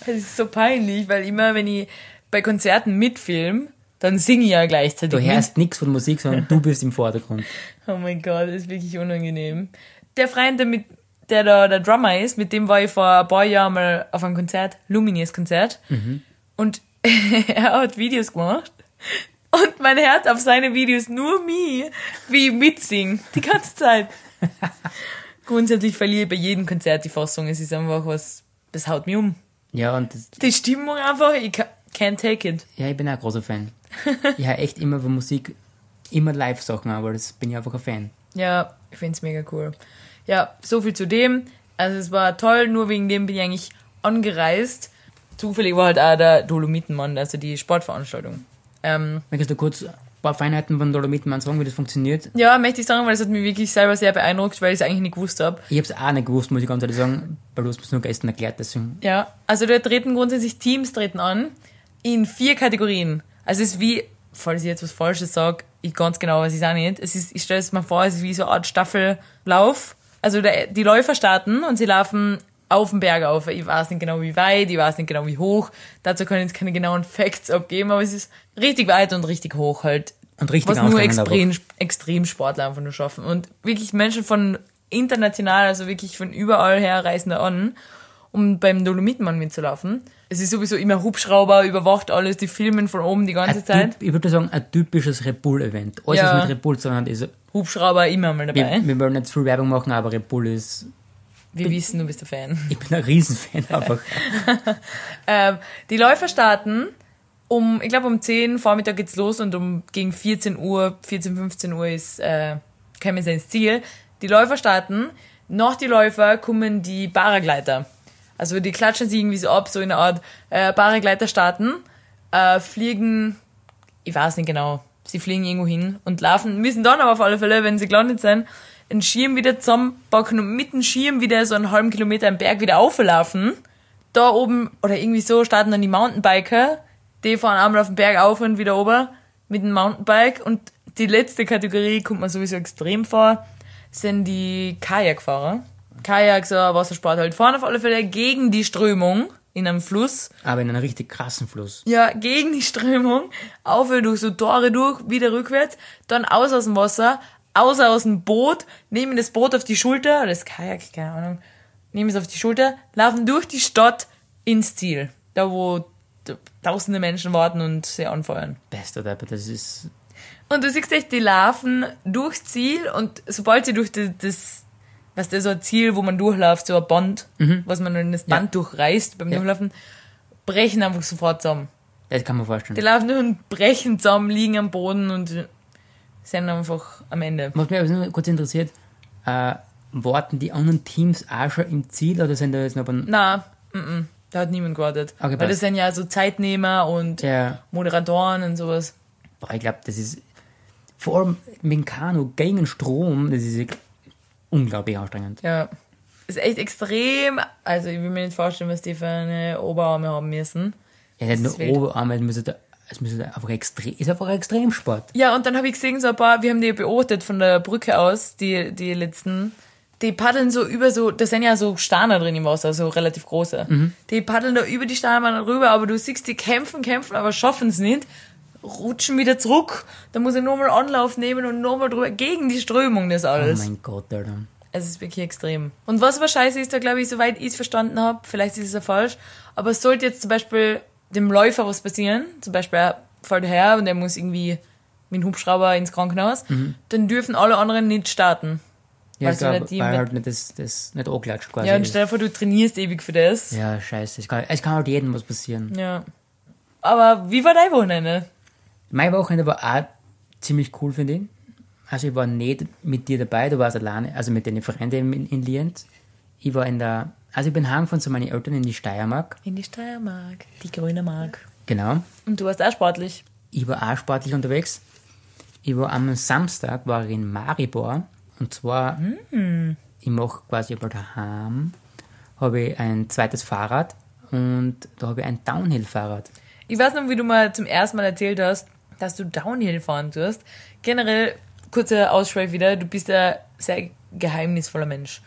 Speaker 2: Es ist so peinlich, weil immer, wenn ich bei Konzerten mitfilm, dann singe ich ja gleichzeitig.
Speaker 1: Du
Speaker 2: mit.
Speaker 1: hörst nichts von Musik, sondern du bist im Vordergrund.
Speaker 2: Oh mein Gott, das ist wirklich unangenehm. Der Freund, der, mit, der da der Drummer ist, mit dem war ich vor ein paar Jahren mal auf einem Konzert, Lumines Konzert. Und er hat Videos gemacht. Und man hört auf seine Videos nur mich, wie ich mitsing. Die ganze Zeit. Grundsätzlich verliere ich bei jedem Konzert die Fassung. Es ist einfach was, das haut mich um.
Speaker 1: Ja, und das,
Speaker 2: Die Stimmung einfach, ich ca- can't take it.
Speaker 1: ja, ich bin auch ein großer Fan. Ich höre echt immer von Musik, immer Live-Sachen, aber das bin ich einfach ein Fan.
Speaker 2: Ja, ich find's mega cool. Ja, so viel zu dem. Also es war toll, nur wegen dem bin ich eigentlich angereist. Zufällig war halt auch der Dolomitenmann, also die Sportveranstaltung. Ähm,
Speaker 1: Möchtest du kurz ein paar Feinheiten von Dolomitenmann sagen, wie das funktioniert?
Speaker 2: ja, möchte ich sagen, weil es hat mich wirklich selber sehr beeindruckt, weil ich es eigentlich nicht gewusst habe.
Speaker 1: Ich habe es auch nicht gewusst, muss ich ganz ehrlich sagen, weil du hast mir es nur gestern erklärt, deswegen.
Speaker 2: Ja, also da treten grundsätzlich Teams treten an in vier Kategorien. Also es ist wie, falls ich jetzt was Falsches sage, ich ganz genau weiß ich auch nicht. Es ist, ich stelle es mir vor, es ist wie so eine Art Staffellauf. Also der, die Läufer starten und sie laufen auf den Berg auf. Ich weiß nicht genau wie weit, ich weiß nicht genau wie hoch. Dazu kann ich jetzt keine genauen Facts abgeben, aber es ist richtig weit und richtig hoch halt.
Speaker 1: Und richtig
Speaker 2: Was nur
Speaker 1: anstrengend aber.
Speaker 2: Extrem, Extremsportler einfach nur schaffen. Und wirklich Menschen von international, also wirklich von überall her reisen da an, um beim Dolomitenmann mitzulaufen. Es ist sowieso immer Hubschrauber, überwacht alles, die filmen von oben die ganze
Speaker 1: Ein
Speaker 2: Zeit.
Speaker 1: Typ, ich würde sagen, ein typisches Red Bull-Event. Alles,
Speaker 2: Ja.
Speaker 1: was mit Red Bull zu tun hat, ist.
Speaker 2: Hubschrauber immer mal
Speaker 1: Wir,
Speaker 2: dabei.
Speaker 1: wir wollen nicht viel Werbung machen, aber Red Bull ist.
Speaker 2: Wir, wissen, du bist ein Fan.
Speaker 1: Ich bin ein Riesenfan einfach.
Speaker 2: Ähm, die Läufer starten um, ich glaube um 10 Vormittag geht's los und um gegen 14 Uhr, 14, 15 Uhr ist, äh, kämen sie ins Ziel. Die Läufer starten, nach die Läufer kommen die Paragleiter. Also die klatschen sie irgendwie so ab, so in einer Art äh, Paragleiter starten, äh, fliegen, ich weiß nicht genau, sie fliegen irgendwo hin und laufen, müssen dann aber auf alle Fälle, wenn sie gelandet sind, einen Schirm wieder zusammenpacken und mit dem Schirm wieder so einen halben Kilometer am Berg wieder auflaufen da oben oder irgendwie so starten dann die Mountainbiker. Die fahren einmal auf den Berg auf und wieder ober mit dem Mountainbike. Und die letzte Kategorie, kommt man sowieso extrem vor, sind die Kajakfahrer. Kajak, so ein Wassersport halt. Fahren auf alle Fälle gegen die Strömung in einem Fluss.
Speaker 1: aber in einem richtig krassen Fluss.
Speaker 2: Ja, gegen die Strömung. Auf und durch so Tore durch, wieder rückwärts. Dann aus aus dem Wasser, aus aus dem Boot, nehmen das Boot auf die Schulter, oder das Kajak, keine Ahnung, nehmen es auf die Schulter, laufen durch die Stadt ins Ziel. Da, wo t- tausende Menschen warten und sie anfeuern.
Speaker 1: Bester Depp, das ist.
Speaker 2: Und du siehst echt, die laufen durchs Ziel und sobald sie durch das, das was der so ein Ziel, wo man durchläuft, so ein Band, was man in das Band durchreißt beim
Speaker 1: Ja.
Speaker 2: Durchlaufen, brechen einfach sofort zusammen.
Speaker 1: Das kann man vorstellen.
Speaker 2: Die laufen nur und brechen zusammen, liegen am Boden und sind einfach am Ende.
Speaker 1: Was mich aber nur kurz interessiert, äh, warten die anderen Teams auch schon im Ziel oder sind da jetzt noch ein.
Speaker 2: Na, mhm, da hat niemand gewartet.
Speaker 1: Ah, Okay,
Speaker 2: Weil das
Speaker 1: passt.
Speaker 2: sind ja so Zeitnehmer und
Speaker 1: Ja,
Speaker 2: Moderatoren und sowas.
Speaker 1: boah, ich glaube, das ist. Vor allem mit dem Kanu gegen den Strom, das ist unglaublich anstrengend.
Speaker 2: Ja. Ist echt extrem. Also ich will mir nicht vorstellen, was die für eine Oberarme haben müssen.
Speaker 1: Ja, nicht
Speaker 2: Das ist
Speaker 1: nur
Speaker 2: wild.
Speaker 1: Oberarme, es müsste da- es müsste da einfach extrem. Ist einfach ein Extremsport.
Speaker 2: Ja, und dann habe ich gesehen, so ein paar, wir haben die beobachtet von der Brücke aus, die, die letzten. Die paddeln so über so, da sind ja so Steine drin im Wasser, so relativ große.
Speaker 1: Mhm.
Speaker 2: Die paddeln da über die Steine rüber, aber du siehst, die kämpfen, kämpfen, aber schaffen es nicht. Rutschen wieder zurück, dann muss ich nochmal Anlauf nehmen und nochmal drüber, gegen die Strömung das
Speaker 1: Oh
Speaker 2: alles.
Speaker 1: mein Gott, Alter.
Speaker 2: Es ist wirklich extrem. Und was aber scheiße ist, da glaube ich, soweit ich es verstanden habe, vielleicht ist es ja falsch, aber es sollte jetzt zum Beispiel dem Läufer was passieren, zum Beispiel er fällt her und er muss irgendwie mit dem Hubschrauber ins Krankenhaus, dann dürfen alle anderen nicht starten.
Speaker 1: Ja,
Speaker 2: Weil
Speaker 1: ich
Speaker 2: so der
Speaker 1: glaub,
Speaker 2: Team
Speaker 1: weil
Speaker 2: wird-
Speaker 1: halt nicht das, das nicht angeklatscht quasi.
Speaker 2: Ja, und
Speaker 1: ist.
Speaker 2: stell dir vor, du trainierst ewig für das.
Speaker 1: ja scheiße. Es kann, es kann halt jedem was passieren.
Speaker 2: Ja. Aber wie war dein Wochenende?
Speaker 1: Mein Wochenende war auch ziemlich cool, finde ich. Also ich war nicht mit dir dabei, du warst alleine, also mit den Freunden in, in Lienz. Ich war in der, also ich bin heim von zu meinen Eltern in die Steiermark,
Speaker 2: In die Steiermark, die grüne Mark.
Speaker 1: genau.
Speaker 2: Und du warst auch sportlich.
Speaker 1: Ich war auch sportlich unterwegs. Ich war am Samstag war ich in Maribor und zwar, ich mache quasi über daheim, habe ich ein zweites Fahrrad und da habe ich ein Downhill-Fahrrad.
Speaker 2: Ich weiß noch, wie du mal zum ersten Mal erzählt hast, dass du Downhill fahren tust. Generell, kurzer Ausschweif wieder, du bist ein sehr geheimnisvoller Mensch.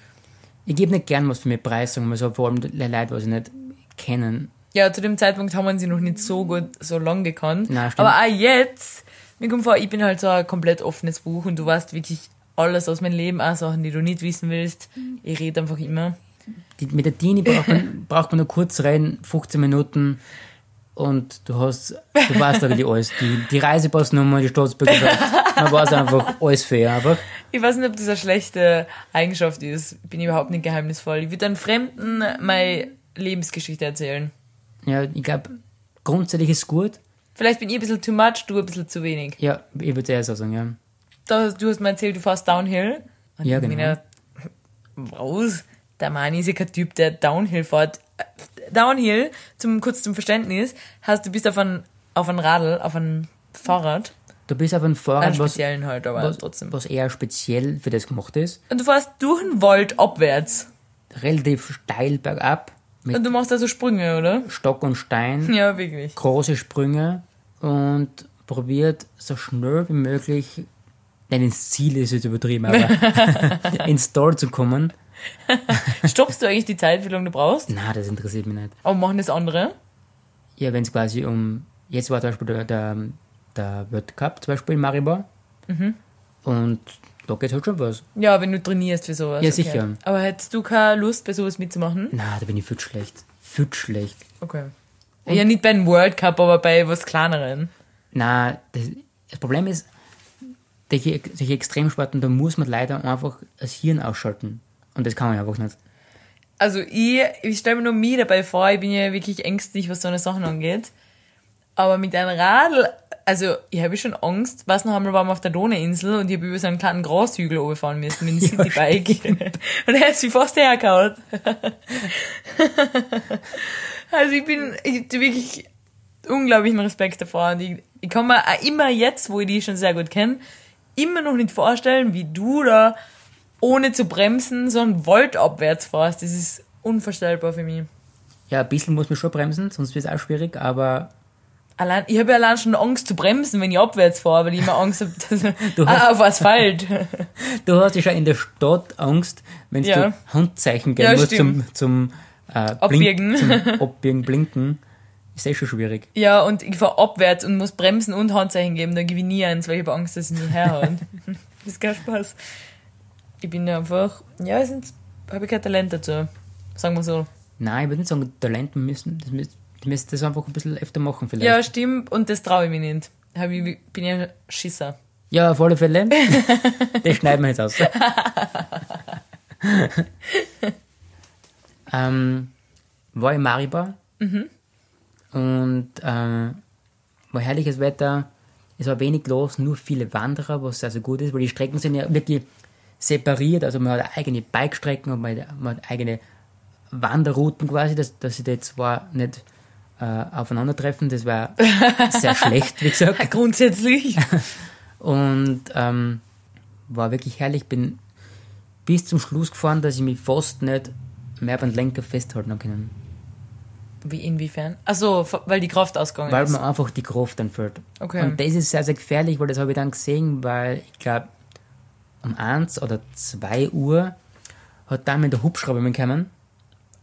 Speaker 1: Ich gebe nicht gern was für mich preis, sagen wir so, vor allem die Leute, was ich nicht kennen,
Speaker 2: Ja, zu dem Zeitpunkt haben wir sie noch nicht so gut, so lang gekannt.
Speaker 1: Na, stimmt.
Speaker 2: Aber auch jetzt, mir kommt vor, ich bin halt so ein komplett offenes Buch und du weißt wirklich alles aus meinem Leben, auch Sachen, die du nicht wissen willst. Ich rede einfach immer.
Speaker 1: die, mit der Dini braucht man, braucht man nur kurz reden, 15 Minuten und du hast, du weißt wirklich alles. Die, die Reisepassnummer, die Staatsbürgerschaft, man weiß einfach alles für ihr einfach.
Speaker 2: Ich weiß nicht, ob das eine schlechte Eigenschaft ist. Ich bin überhaupt nicht geheimnisvoll. Ich würde einem Fremden meine Lebensgeschichte erzählen.
Speaker 1: Ja, ich glaube, grundsätzlich ist es gut.
Speaker 2: Vielleicht bin ich ein bisschen too much, du ein bisschen zu wenig.
Speaker 1: Ja, ich würde eher so sagen, ja.
Speaker 2: da, du hast mir erzählt, du fährst Downhill. Und
Speaker 1: Ja,
Speaker 2: ich bin
Speaker 1: genau.
Speaker 2: raus. Der Mann ist ja kein Typ, der Downhill fährt. Downhill, zum kurz zum Verständnis, heißt, du bist auf einem auf ein Radl, auf einem Fahrrad.
Speaker 1: Du bist auf einem
Speaker 2: Einen
Speaker 1: Fahrrad, was,
Speaker 2: speziellen halt, aber
Speaker 1: was,
Speaker 2: trotzdem.
Speaker 1: was eher speziell für das gemacht ist.
Speaker 2: Und du fährst durch den Wald abwärts.
Speaker 1: Relativ steil bergab, mit
Speaker 2: Und du machst also Sprünge, oder?
Speaker 1: Stock und Stein.
Speaker 2: Ja, wirklich.
Speaker 1: große Sprünge und probiert so schnell wie möglich, nein, ins Ziel ist jetzt übertrieben, aber ins Tor zu kommen.
Speaker 2: Stoppst du eigentlich die Zeit, wie lange du brauchst?
Speaker 1: Na, das interessiert mich nicht.
Speaker 2: Aber machen das andere?
Speaker 1: Ja, wenn es quasi um, jetzt war zum Beispiel der, der, der World Cup zum Beispiel in Maribor und da geht halt schon was.
Speaker 2: Ja, wenn du trainierst für sowas.
Speaker 1: Ja, sicher.
Speaker 2: Aber hättest du keine Lust, bei sowas mitzumachen?
Speaker 1: Na, da bin ich viel zu schlecht. Viel zu schlecht.
Speaker 2: Okay. ja, nicht bei einem World Cup, aber bei was Kleineren.
Speaker 1: Na, das, das Problem ist, solche, solche Extremsporten, da muss man leider einfach das Hirn ausschalten. Und das kann man einfach nicht.
Speaker 2: Also ich, ich stelle mir nur mich dabei vor, ich bin ja wirklich ängstlich, was so eine Sachen angeht. Aber mit einem Radl, also ich habe schon Angst. Was noch einmal waren wir auf der Donauinsel und ich habe über so einen kleinen Grashügel runterfahren müssen mit dem
Speaker 1: Ja,
Speaker 2: Citybike. und er hat sich fast hergehauen. also ich bin ich hab wirklich unglaublichen Respekt davor. Und ich, ich kann mir auch immer jetzt, wo ich die schon sehr gut kenne, immer noch nicht vorstellen, wie du da ohne zu bremsen so einen Volt abwärts fährst. Das ist unvorstellbar für mich.
Speaker 1: Ja, ein bisschen muss man schon bremsen, sonst wird es auch schwierig, aber
Speaker 2: Allein, ich habe ja allein schon Angst zu bremsen, wenn ich abwärts fahre, weil ich immer Angst habe, dass
Speaker 1: Du hast-
Speaker 2: ah, auf Asphalt.
Speaker 1: du hast ja schon in der Stadt Angst, wenn
Speaker 2: Ja.
Speaker 1: du Handzeichen geben
Speaker 2: Ja,
Speaker 1: musst zum,
Speaker 2: stimmt.
Speaker 1: zum, äh,
Speaker 2: Abbiegen.
Speaker 1: zum Abbiegen, Blinken. Ist eh schon schwierig.
Speaker 2: ja, und ich fahre abwärts und muss bremsen und Handzeichen geben, dann gebe ich nie eins, weil ich habe Angst, dass ich nicht herhauen. das ist kein Spaß. Ich bin einfach, ja, es sind- habe ich kein Talent dazu. Sagen wir so.
Speaker 1: Nein, ich würde nicht sagen, Talent müssen, das müsst, das müsst das einfach ein bisschen öfter machen vielleicht.
Speaker 2: Ja, stimmt, und das traue ich mir nicht. Hab ich, bin ja Schisser.
Speaker 1: Ja, auf alle Fälle. das schneiden wir jetzt aus. ähm, war in Maribor und äh, war herrliches Wetter. Es war wenig los, nur viele Wanderer, was also gut ist, weil die Strecken sind ja wirklich separiert. Also man hat eigene Bike-Strecken und man hat, man hat eigene Wanderrouten quasi, dass, dass sie da zwar nicht äh, aufeinandertreffen. Das war sehr schlecht, wie gesagt.
Speaker 2: Grundsätzlich.
Speaker 1: Und ähm, war wirklich herrlich. Bin bis zum Schluss gefahren, dass ich mich fast nicht mehr beim Lenker festhalten habe können.
Speaker 2: Wie, inwiefern? Achso, weil die Kraft ausgegangen
Speaker 1: Weil
Speaker 2: ist.
Speaker 1: mir einfach die Kraft dann fehlt.
Speaker 2: Oh, Okay.
Speaker 1: Und das ist sehr, sehr gefährlich, weil das habe ich dann gesehen, weil ich glaube, um 1 oder 2 Uhr hat dann mit der Hubschrauber mitgekommen.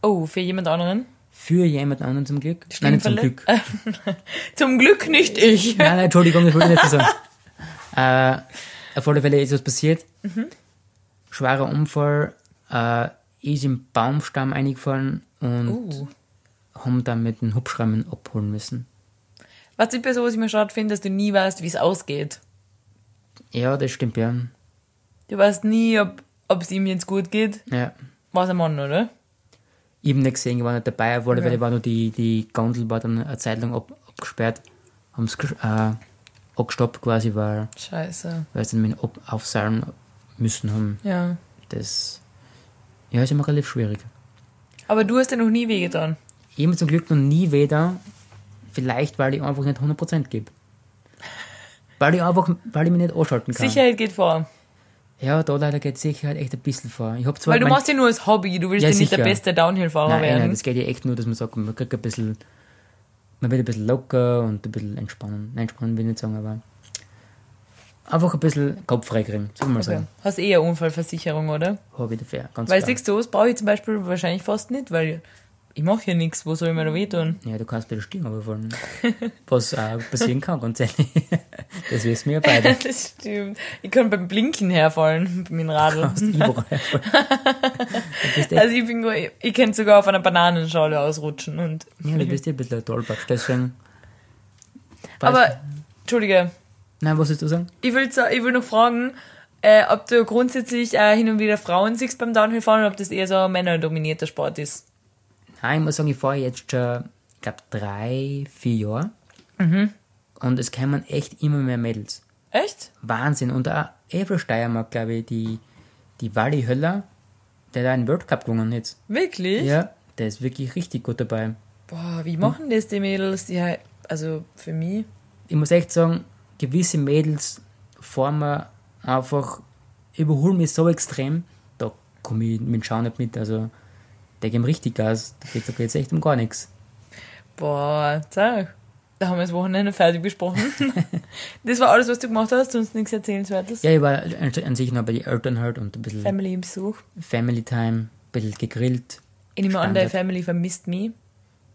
Speaker 2: Oh, für jemand anderen?
Speaker 1: Für jemand anderen zum Glück. Nein, nicht zum
Speaker 2: Verle-
Speaker 1: Glück.
Speaker 2: Zum Glück nicht ich.
Speaker 1: Nein, nein, Entschuldigung, das wollte ich nicht so sagen. äh, auf alle Fälle ist was passiert. Schwerer Unfall, äh, ist im Baumstamm eingefallen und
Speaker 2: Uh.
Speaker 1: haben dann mit den Hubschraubern abholen müssen.
Speaker 2: Was ich bei sowas immer schade finde, dass du nie weißt, wie es ausgeht.
Speaker 1: Ja, das stimmt, ja.
Speaker 2: Du weißt nie, ob es ihm jetzt gut geht.
Speaker 1: ja.
Speaker 2: War es ein Mann, oder?
Speaker 1: Ich habe nicht gesehen, ich war nicht dabei, auf alle
Speaker 2: Okay.
Speaker 1: Fälle war nur die, die Gondel war dann eine Zeit lang ab, abgesperrt, haben es äh, abgestoppt quasi, weil,
Speaker 2: Scheiße.
Speaker 1: weil sie dann mit dem Ab- Aufseilen müssen haben.
Speaker 2: Ja.
Speaker 1: Das ja, ist immer relativ schwierig.
Speaker 2: Aber du hast dir noch nie wehgetan.
Speaker 1: Ich hab mir zum Glück noch nie wieder, vielleicht weil ich einfach nicht 100% gebe. Weil ich einfach, weil ich mich nicht ausschalten kann.
Speaker 2: Sicherheit geht vor.
Speaker 1: Ja, da leider geht Sicherheit echt ein bisschen vor. Ich hab zwar
Speaker 2: Weil du
Speaker 1: mein-
Speaker 2: machst ja nur als Hobby. Du willst ja,
Speaker 1: Ja,
Speaker 2: nicht der
Speaker 1: sicher.
Speaker 2: beste Downhill-Fahrer
Speaker 1: nein, nein,
Speaker 2: werden.
Speaker 1: das geht ja echt nur, dass man sagt, man kriegt ein bisschen, man wird ein bisschen locker und ein bisschen entspannen. Nein, entspannen will ich nicht sagen, aber einfach ein bisschen Kopf freikriegen, sagen wir mal
Speaker 2: okay.
Speaker 1: so.
Speaker 2: Hast eh eine Unfallversicherung, oder?
Speaker 1: Hobby dafür, ganz
Speaker 2: Weil
Speaker 1: klar.
Speaker 2: siehst du, das brauche ich zum Beispiel wahrscheinlich fast nicht, weil ich mache hier nichts. Wo soll ich mir da wehtun?
Speaker 1: Ja, du kannst bei der Stimme runterfallen. was auch passieren kann, ganz ehrlich. Das wissen wir ja beide.
Speaker 2: das stimmt. Ich kann beim Blinken herfallen mit dem Radl.
Speaker 1: Kannst überall herfallen. Du bist eh- echt
Speaker 2: Also ich bin, ich, ich kann sogar auf einer Bananenschale ausrutschen und.
Speaker 1: Ja, du bist ja ein bisschen ein Tollpatsch, deswegen.
Speaker 2: Aber, Entschuldige,
Speaker 1: Nein, was willst du sagen?
Speaker 2: ich will, so- ich will noch fragen, äh, ob du grundsätzlich äh, hin und wieder Frauen siehst beim Downhill-Fahren oder ob das eher so ein männerdominierter Sport ist.
Speaker 1: Nein, ich muss sagen, ich fahre jetzt schon, ich glaube, drei, vier Jahre. Mhm. Und es kämen echt immer mehr Mädels.
Speaker 2: Echt?
Speaker 1: Wahnsinn. Und auch Evel Steiermark, glaube ich, die, die Wally Höller, der da einen World Cup gewonnen hat. jetzt.
Speaker 2: Wirklich?
Speaker 1: Ja, der ist wirklich richtig gut dabei.
Speaker 2: Boah, wie machen das die Mädels? Die halt, also für mich.
Speaker 1: Ich muss echt sagen, gewisse Mädels fahren mir einfach, überholen mich so extrem, da komme ich mit dem Schauen nicht mit. Also, der geben richtig Gas. Da geht es jetzt echt um gar nichts.
Speaker 2: Boah, sag. Da haben wir das Wochenende fertig besprochen. das war alles, was du gemacht hast, sonst nichts Erzählenswertes.
Speaker 1: Ja, ich war an an sich noch bei den Eltern halt und ein bisschen
Speaker 2: Family-Besuch.
Speaker 1: Family Time, ein bisschen gegrillt.
Speaker 2: Ich nehme an, deine
Speaker 1: Standard.
Speaker 2: Family vermisst mich.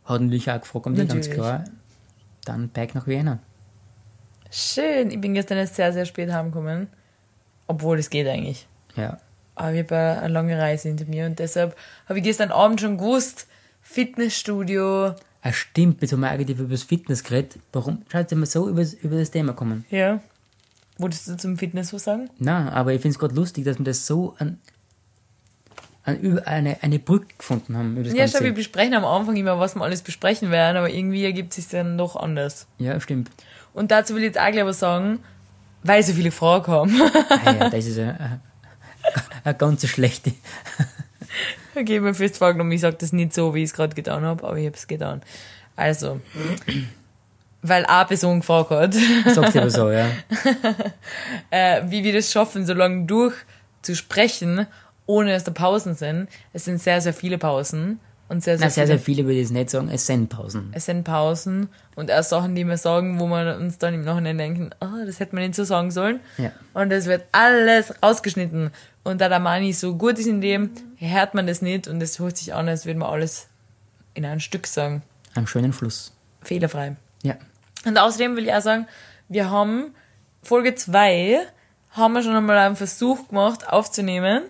Speaker 1: Hat natürlich auch gefragt, um die ganz
Speaker 2: Natürlich.
Speaker 1: klar. Dann Bike nach Wiener.
Speaker 2: Schön, ich bin gestern erst sehr, sehr spät heimgekommen. Obwohl, es geht eigentlich.
Speaker 1: Ja.
Speaker 2: Aber ich habe eine lange Reise hinter mir und deshalb habe ich gestern Abend schon gewusst, Fitnessstudio.
Speaker 1: Ah, stimmt, jetzt haben wir eigentlich über das Fitness geredet. Warum? Schaut, sind wir so über, über das Thema kommen.
Speaker 2: Ja. Wolltest du zum Fitness was sagen?
Speaker 1: Na, aber ich finde es gerade lustig, dass wir das so an, an über eine, eine Brücke gefunden haben. Über das
Speaker 2: Ja,
Speaker 1: Ganze.
Speaker 2: schau, wir besprechen am Anfang immer, was wir alles besprechen werden, aber irgendwie ergibt sich dann doch anders.
Speaker 1: ja, stimmt.
Speaker 2: Und dazu will ich jetzt auch gleich was sagen, weil so viele Fragen kommen.
Speaker 1: Ah, ja, das ist eine, eine ganz schlechte.
Speaker 2: Ich gebe mir fest vorgenommen, ich sage das nicht so, wie ich es gerade getan habe, aber ich habe es getan. Also, weil eine Person gefragt hat,
Speaker 1: Sagt aber so, ja.
Speaker 2: äh, wie wir das schaffen, so lange durchzusprechen, ohne dass da Pausen sind. Es sind sehr, sehr viele Pausen und sehr, sehr,
Speaker 1: Na, sehr,
Speaker 2: viele,
Speaker 1: sehr viele würde ich jetzt nicht sagen, es sind Pausen.
Speaker 2: Es sind Pausen und erst Sachen, die wir sagen, wo wir uns dann im Nachhinein denken, ah, das hätte man nicht so sagen sollen.
Speaker 1: Ja.
Speaker 2: Und es wird alles rausgeschnitten. Und da der Mani so gut ist in dem, hört man das nicht und es hört sich an, als würde man alles in ein Stück sagen.
Speaker 1: Am schönen Fluss.
Speaker 2: Fehlerfrei.
Speaker 1: Ja.
Speaker 2: Und außerdem will ich auch sagen, wir haben Folge 2 haben wir schon einmal einen Versuch gemacht aufzunehmen.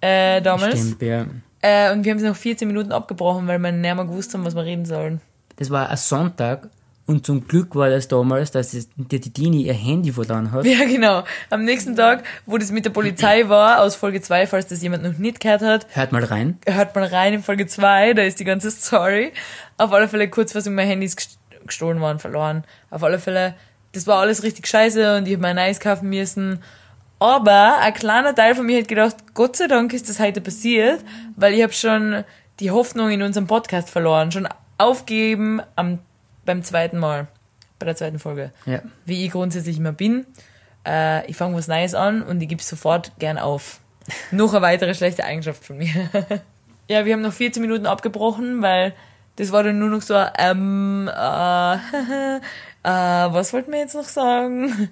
Speaker 2: Äh, damals.
Speaker 1: Stimmt, ja.
Speaker 2: Äh, und wir haben es nach 14 Minuten abgebrochen, weil wir nicht mehr gewusst haben, was wir reden sollen.
Speaker 1: Das war ein Sonntag und zum Glück war das damals, dass es- die die Dini ihr Handy verloren hat.
Speaker 2: Ja, genau. Am nächsten Tag, wo das mit der Polizei war, aus Folge 2, falls das jemand noch nicht gehört hat,
Speaker 1: Hört mal rein.
Speaker 2: hört man rein in Folge 2, da ist die ganze Story. Auf alle Fälle Kurzfassung, mein Handy ist gest- gestohlen worden, verloren. Auf alle Fälle, das war alles richtig scheiße und ich hab mein Eis kaufen müssen. Aber ein kleiner Teil von mir hat gedacht, Gott sei Dank ist das heute passiert, weil ich habe schon die Hoffnung in unserem Podcast verloren, schon aufgegeben am, beim zweiten Mal, bei der zweiten Folge.
Speaker 1: Ja.
Speaker 2: Wie ich grundsätzlich immer bin, äh, ich fange was Neues an und ich gebe sofort gern auf. Noch eine weitere schlechte Eigenschaft von mir. Ja, wir haben noch 14 Minuten abgebrochen, weil das war dann nur noch so, ähm, äh, äh, was wollten wir jetzt noch sagen?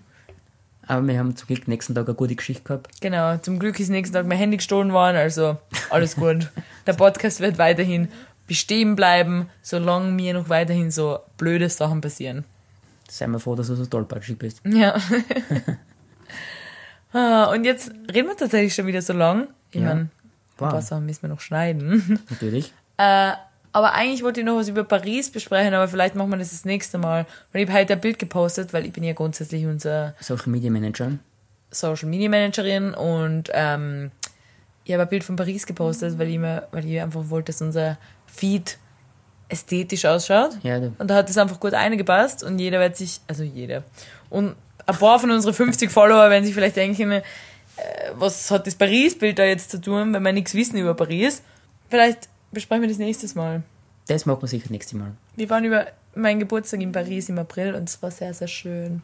Speaker 1: Aber wir haben zum Glück nächsten Tag eine gute Geschichte gehabt.
Speaker 2: Genau, zum Glück ist nächsten Tag mein Handy gestohlen worden, also alles gut. Der Podcast wird weiterhin bestehen bleiben, solange mir noch weiterhin so blöde Sachen passieren.
Speaker 1: Seien wir froh, dass du so tollpatschig bist.
Speaker 2: Ja. Ah, Und jetzt reden wir tatsächlich schon wieder so lang. Ich
Speaker 1: Ja. Ah.
Speaker 2: meine, ein paar
Speaker 1: Wow,
Speaker 2: Sachen müssen wir noch schneiden.
Speaker 1: natürlich.
Speaker 2: Äh, aber eigentlich wollte ich noch was über Paris besprechen, aber vielleicht machen wir das das nächste Mal. Weil ich habe heute ein Bild gepostet, weil ich bin ja grundsätzlich unser
Speaker 1: Social Media Manager.
Speaker 2: Social Media Managerin und ähm, ich habe ein Bild von Paris gepostet, weil ich, mir, weil ich einfach wollte, dass unser Feed ästhetisch ausschaut.
Speaker 1: Ja, du.
Speaker 2: Und da hat es einfach gut eingepasst und jeder wird sich, also jeder. Und ein paar von unseren 50 Follower werden sich vielleicht denken, äh, was hat das Paris-Bild da jetzt zu tun, wenn wir nichts wissen über Paris. Vielleicht besprechen wir das nächstes Mal.
Speaker 1: Das machen wir sicher nächstes Mal.
Speaker 2: Wir waren über meinen Geburtstag in Paris im April und es war sehr, sehr schön.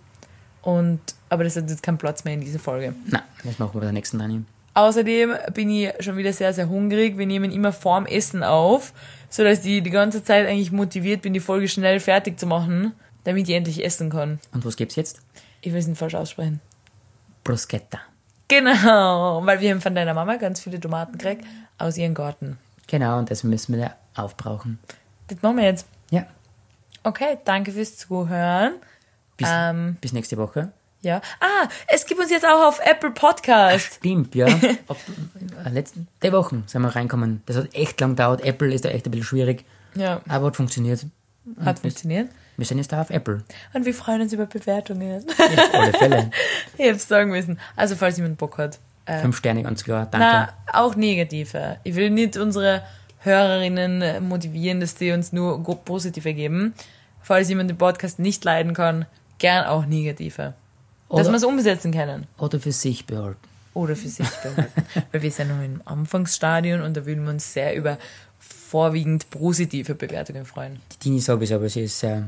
Speaker 2: Und, aber das hat jetzt keinen Platz mehr in dieser Folge.
Speaker 1: Na, das machen wir bei der nächsten Dani.
Speaker 2: Außerdem bin ich schon wieder sehr, sehr hungrig. Wir nehmen immer vorm Essen auf, sodass ich die ganze Zeit eigentlich motiviert bin, die Folge schnell fertig zu machen, damit ich endlich essen kann.
Speaker 1: Und was gibt's jetzt?
Speaker 2: Ich will es nicht falsch aussprechen.
Speaker 1: Bruschetta.
Speaker 2: Genau, weil wir haben von deiner Mama ganz viele Tomaten gekriegt aus ihrem Garten.
Speaker 1: Genau, und das müssen wir da aufbrauchen.
Speaker 2: Das machen wir jetzt.
Speaker 1: Ja,
Speaker 2: Okay, danke fürs Zuhören.
Speaker 1: bis,
Speaker 2: Ähm.
Speaker 1: bis nächste Woche.
Speaker 2: Ja. Ah, es gibt uns jetzt auch auf Apple Podcast.
Speaker 1: Stimmt, ja. Ob, äh, letzten, die Wochen sind wir reinkommen. Das hat echt lang gedauert. Apple ist da echt ein bisschen schwierig.
Speaker 2: Ja,
Speaker 1: Aber hat funktioniert.
Speaker 2: hat funktioniert.
Speaker 1: Wir sind jetzt da auf Apple.
Speaker 2: Und wir freuen uns über Bewertungen.
Speaker 1: Auf alle Fälle.
Speaker 2: ich hab's sagen müssen. Also, falls jemand Bock hat. Äh,
Speaker 1: Fünf Sterne, ganz klar. Danke.
Speaker 2: na, auch negative. Ich will nicht unsere Hörerinnen äh, motivieren, dass die uns nur go- positive geben. Falls jemand den Podcast nicht leiden kann, gern auch negative. Dass
Speaker 1: Oder-
Speaker 2: wir es umsetzen können.
Speaker 1: Oder für sich behalten.
Speaker 2: Oder für sich behalten. Weil wir sind noch im Anfangsstadion und da würden wir uns sehr über vorwiegend positive Bewertungen freuen.
Speaker 1: Die Dini sowieso, aber sie ist äh,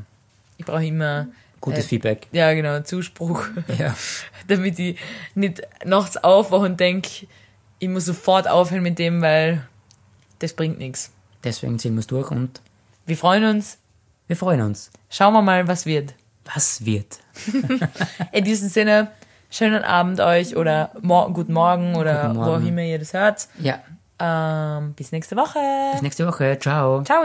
Speaker 2: Ich brauche immer
Speaker 1: Gutes Feedback.
Speaker 2: Ja, genau, Zuspruch.
Speaker 1: Ja.
Speaker 2: Damit ich nicht nachts aufwache und denke, ich muss sofort aufhören mit dem, weil das bringt nichts.
Speaker 1: Deswegen ziehen wir es durch und
Speaker 2: Wir freuen uns.
Speaker 1: wir freuen uns.
Speaker 2: Schauen wir mal, was wird.
Speaker 1: Was wird?
Speaker 2: In diesem Sinne, schönen Abend euch oder mor guten Morgen oder
Speaker 1: Guten
Speaker 2: wo auch
Speaker 1: Morgen.
Speaker 2: immer ihr das hört.
Speaker 1: Ja,
Speaker 2: Ähm, bis nächste Woche.
Speaker 1: bis nächste Woche. Ciao.
Speaker 2: Ciao.